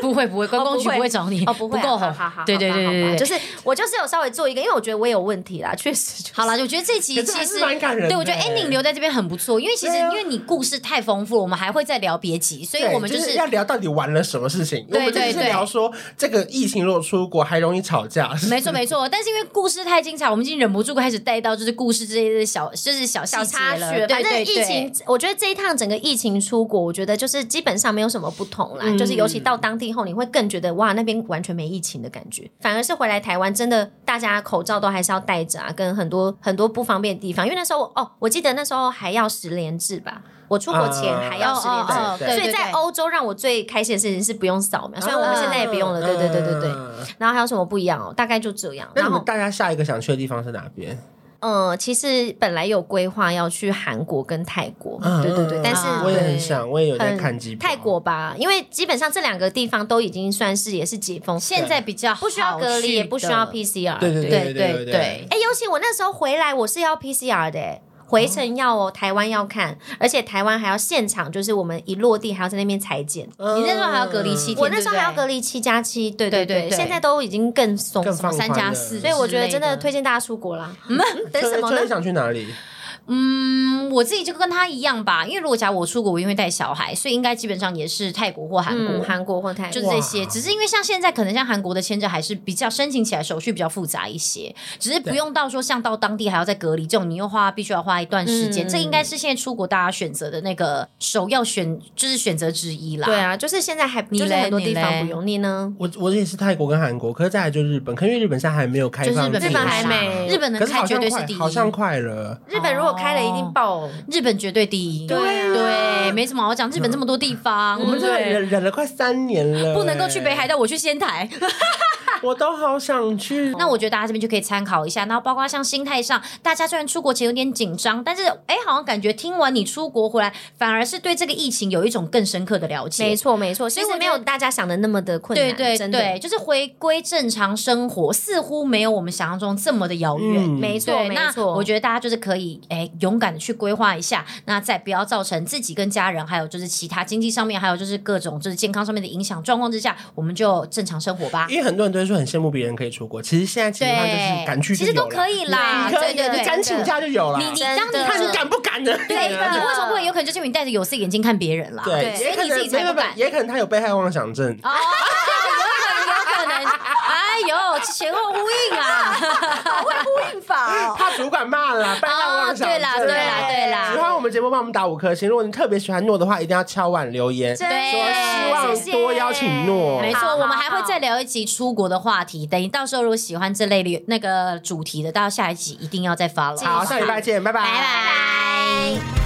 [SPEAKER 2] 不会不会，观光局
[SPEAKER 1] 不会
[SPEAKER 2] 不会找你
[SPEAKER 1] 哦，不会啊，
[SPEAKER 2] 够
[SPEAKER 1] 好
[SPEAKER 2] 红
[SPEAKER 1] 好好，
[SPEAKER 2] 对对
[SPEAKER 1] 好吧
[SPEAKER 2] 对对
[SPEAKER 1] 好吧
[SPEAKER 2] 对，
[SPEAKER 1] 就是我就是有稍微做一个，因为我觉得我有问题啦，确实就是
[SPEAKER 2] 好啦，我觉得这集
[SPEAKER 3] 可是还
[SPEAKER 2] 其
[SPEAKER 3] 是
[SPEAKER 2] 实
[SPEAKER 3] 蛮感人的欸
[SPEAKER 2] 对我觉得 ending 留在这边很不错，因为其实
[SPEAKER 3] 对啊
[SPEAKER 2] 因为你故事太丰富了，我们还会再聊别集，所以
[SPEAKER 3] 对
[SPEAKER 2] 我们
[SPEAKER 3] 就
[SPEAKER 2] 就是是
[SPEAKER 3] 要聊到底玩了什么事情。
[SPEAKER 2] 对
[SPEAKER 3] 我们就
[SPEAKER 2] 对
[SPEAKER 3] 是
[SPEAKER 2] 对
[SPEAKER 3] 聊说这个疫情如果出国还容易吵架，
[SPEAKER 2] 没错没错，但是因为故事太精彩，我们已经忍不住开始带到就是故事这些小就是小
[SPEAKER 1] 小
[SPEAKER 2] 细节
[SPEAKER 1] 插
[SPEAKER 2] 了，
[SPEAKER 1] 曲，
[SPEAKER 2] 对
[SPEAKER 1] 反正
[SPEAKER 2] 对
[SPEAKER 1] 疫情
[SPEAKER 2] 对。，
[SPEAKER 1] 我觉得这一趟整个疫情出国，我觉得就是基本上没有什么不同啦。就是尤
[SPEAKER 3] 嗯
[SPEAKER 1] 其到当地后，你会更觉得哇，那边完全没疫情的感觉，反而是回来台湾，真的大家口罩都还是要戴着啊，跟很多很多不方便的地方。因为那时候我哦，我记得那时候还要十连制吧，我出国前
[SPEAKER 3] 啊
[SPEAKER 1] 还要十连制。
[SPEAKER 3] 哦哦对
[SPEAKER 1] 所以在
[SPEAKER 2] 欧
[SPEAKER 1] 欧洲让我最开心的事情是不用扫描，虽然
[SPEAKER 3] 啊
[SPEAKER 1] 我们现在也不用了，对对对对对。
[SPEAKER 3] 嗯
[SPEAKER 1] 然后还有什么不一样哦？大概就这样。
[SPEAKER 3] 那
[SPEAKER 1] 然
[SPEAKER 3] 你
[SPEAKER 1] 后
[SPEAKER 3] 们大家下一个想去的地方是哪边？
[SPEAKER 1] 嗯，其实本来有规划要去韩国跟泰国，
[SPEAKER 3] 嗯
[SPEAKER 1] 对对对，但是
[SPEAKER 2] 啊
[SPEAKER 3] 我也
[SPEAKER 1] 对
[SPEAKER 3] 很想，我也有在看
[SPEAKER 1] 很
[SPEAKER 3] 机票。
[SPEAKER 1] 泰国吧，因为基本上这两个地方都已经算是也是解封，
[SPEAKER 2] 现在比较
[SPEAKER 1] 不需要隔离，也不需要
[SPEAKER 2] 批。
[SPEAKER 1] PCR，
[SPEAKER 3] 对对
[SPEAKER 1] 对
[SPEAKER 3] 对
[SPEAKER 2] 对
[SPEAKER 3] 对
[SPEAKER 2] 对对
[SPEAKER 1] 哎、尤其我那时候回来，我是要 PCR 的、哎回程要哦，台湾要看，而且台湾还要现场，就是我们一落地还要在那边裁剪。
[SPEAKER 3] 你
[SPEAKER 2] 那时候还要隔离七天
[SPEAKER 1] 嗯我那时候还要隔离七加七，对
[SPEAKER 2] 对对
[SPEAKER 1] 对，
[SPEAKER 2] 对
[SPEAKER 1] 现在都已经更松
[SPEAKER 3] 更
[SPEAKER 1] 散
[SPEAKER 3] 放
[SPEAKER 1] 了，
[SPEAKER 2] 三加四，
[SPEAKER 1] 所以我觉得真的
[SPEAKER 2] 推。
[SPEAKER 1] 推荐大家出国啦。 嗯，等什么
[SPEAKER 3] 所以
[SPEAKER 1] 呢
[SPEAKER 3] 你？想去哪里？
[SPEAKER 2] 嗯，我自己就跟他一样吧，因为如果假如我出国，我一定会带小孩，所以应该基本上也是泰国或韩国。
[SPEAKER 1] 嗯，韩国或泰国，
[SPEAKER 2] 就是这些，只是因为像现在可能像韩国的签证还是比较申请起来手续比较复杂一些，只是不用到说像到当地还要再隔离这种，你又花必须要花一段时间，
[SPEAKER 1] 嗯
[SPEAKER 2] 这应该是现在出国大家选择的那个首要选就是选择之一啦。
[SPEAKER 1] 对，啊，就是现在还
[SPEAKER 2] 你
[SPEAKER 1] 就
[SPEAKER 2] 嘞
[SPEAKER 1] 是很多地
[SPEAKER 2] 你嘞
[SPEAKER 1] 方不用你呢，
[SPEAKER 3] 我我也是泰国跟韩国，可是再来就是日本，可是因为日本现在还没有开放
[SPEAKER 2] 就是
[SPEAKER 1] 日
[SPEAKER 3] 自由行，
[SPEAKER 1] 本还没
[SPEAKER 2] 日本能
[SPEAKER 3] 可是
[SPEAKER 2] 开
[SPEAKER 3] 好
[SPEAKER 2] 绝
[SPEAKER 3] 像
[SPEAKER 2] 对
[SPEAKER 3] 快
[SPEAKER 2] 是第一，
[SPEAKER 3] 好像快了。
[SPEAKER 1] 日本如果开了一定爆哦。
[SPEAKER 2] 日本绝对第一，
[SPEAKER 1] 对啊
[SPEAKER 2] 对，没什么好讲，日本这么多地方，
[SPEAKER 3] 嗯我们真的
[SPEAKER 2] 对
[SPEAKER 3] 忍忍了快三年了，
[SPEAKER 2] 不能够去北海
[SPEAKER 3] 道，
[SPEAKER 2] 道，我去仙台。
[SPEAKER 3] 我都好想去。
[SPEAKER 2] 那我觉得大家这边就可以参考一下，然后包括像心态上，大家虽然出国前有点紧张，但是哎，好像感觉听完你出国回来，反而是对这个疫情有一种更深刻的了解。
[SPEAKER 1] 没错，没错，其
[SPEAKER 2] 所以我
[SPEAKER 1] 实
[SPEAKER 2] 觉
[SPEAKER 1] 没
[SPEAKER 2] 得
[SPEAKER 1] 有大家想的那么的困难，
[SPEAKER 2] 对对
[SPEAKER 1] 真的
[SPEAKER 2] 对，就是回归正常生活，似乎没有我们想象中这么的遥远。
[SPEAKER 3] 嗯
[SPEAKER 1] 没错
[SPEAKER 2] 对，
[SPEAKER 1] 没
[SPEAKER 2] 那
[SPEAKER 1] 错
[SPEAKER 2] 我觉得大家就是可以哎，勇敢的去规划一下，那再不要造成自己跟家人，还有就是其他经济上面，还有就是各种就是健康上面的影响状况之下，我们就正常生活吧。
[SPEAKER 3] 因为很多人都会说很羡慕别人可以出国，其实现在情况就是敢去就
[SPEAKER 2] 其实
[SPEAKER 3] 有
[SPEAKER 2] 都
[SPEAKER 3] 了
[SPEAKER 2] 可以 啦，
[SPEAKER 3] 你可
[SPEAKER 2] 对
[SPEAKER 3] 以
[SPEAKER 2] 对
[SPEAKER 3] 的，
[SPEAKER 2] 对，
[SPEAKER 3] 你敢请假就有了。
[SPEAKER 2] 你你
[SPEAKER 1] 真
[SPEAKER 2] 当你
[SPEAKER 1] 的
[SPEAKER 3] 看
[SPEAKER 2] 是
[SPEAKER 3] 你敢不敢的？
[SPEAKER 2] 对，
[SPEAKER 1] 真
[SPEAKER 2] 你
[SPEAKER 1] 的
[SPEAKER 2] 为什么不会？有可能就是因为你戴着有色眼镜看别人啦。
[SPEAKER 3] 对，
[SPEAKER 2] 所
[SPEAKER 3] 也
[SPEAKER 2] 以
[SPEAKER 3] 可
[SPEAKER 2] 你自
[SPEAKER 3] 能
[SPEAKER 2] 己才
[SPEAKER 3] 没有
[SPEAKER 2] 不
[SPEAKER 3] 没
[SPEAKER 2] 敢
[SPEAKER 3] 有。也可能他有被害妄想症。
[SPEAKER 2] 哦，有可 能，有可能。哎呦，前后呼应 啊！
[SPEAKER 3] 哦
[SPEAKER 1] 病法
[SPEAKER 3] 怕主管骂了啦，被害妄想症。
[SPEAKER 2] 哦对啦，对啦，对
[SPEAKER 3] 喜
[SPEAKER 2] 啦。
[SPEAKER 3] 欢我们节目，帮我们打五颗星。如果你特别喜欢诺的话，一定要敲碗留 言。
[SPEAKER 1] 真
[SPEAKER 2] 对
[SPEAKER 1] 的
[SPEAKER 2] 希
[SPEAKER 3] 望
[SPEAKER 1] 谢谢
[SPEAKER 3] 多邀请诺
[SPEAKER 2] 没错，
[SPEAKER 1] 好
[SPEAKER 2] 我们还
[SPEAKER 1] 好
[SPEAKER 2] 会
[SPEAKER 1] 好
[SPEAKER 2] 再聊一集出国的话题。等你到时候如果喜欢这类的那个主题的，到下一集一定要再发了。
[SPEAKER 3] 好，下礼拜见，拜拜，
[SPEAKER 2] 拜拜。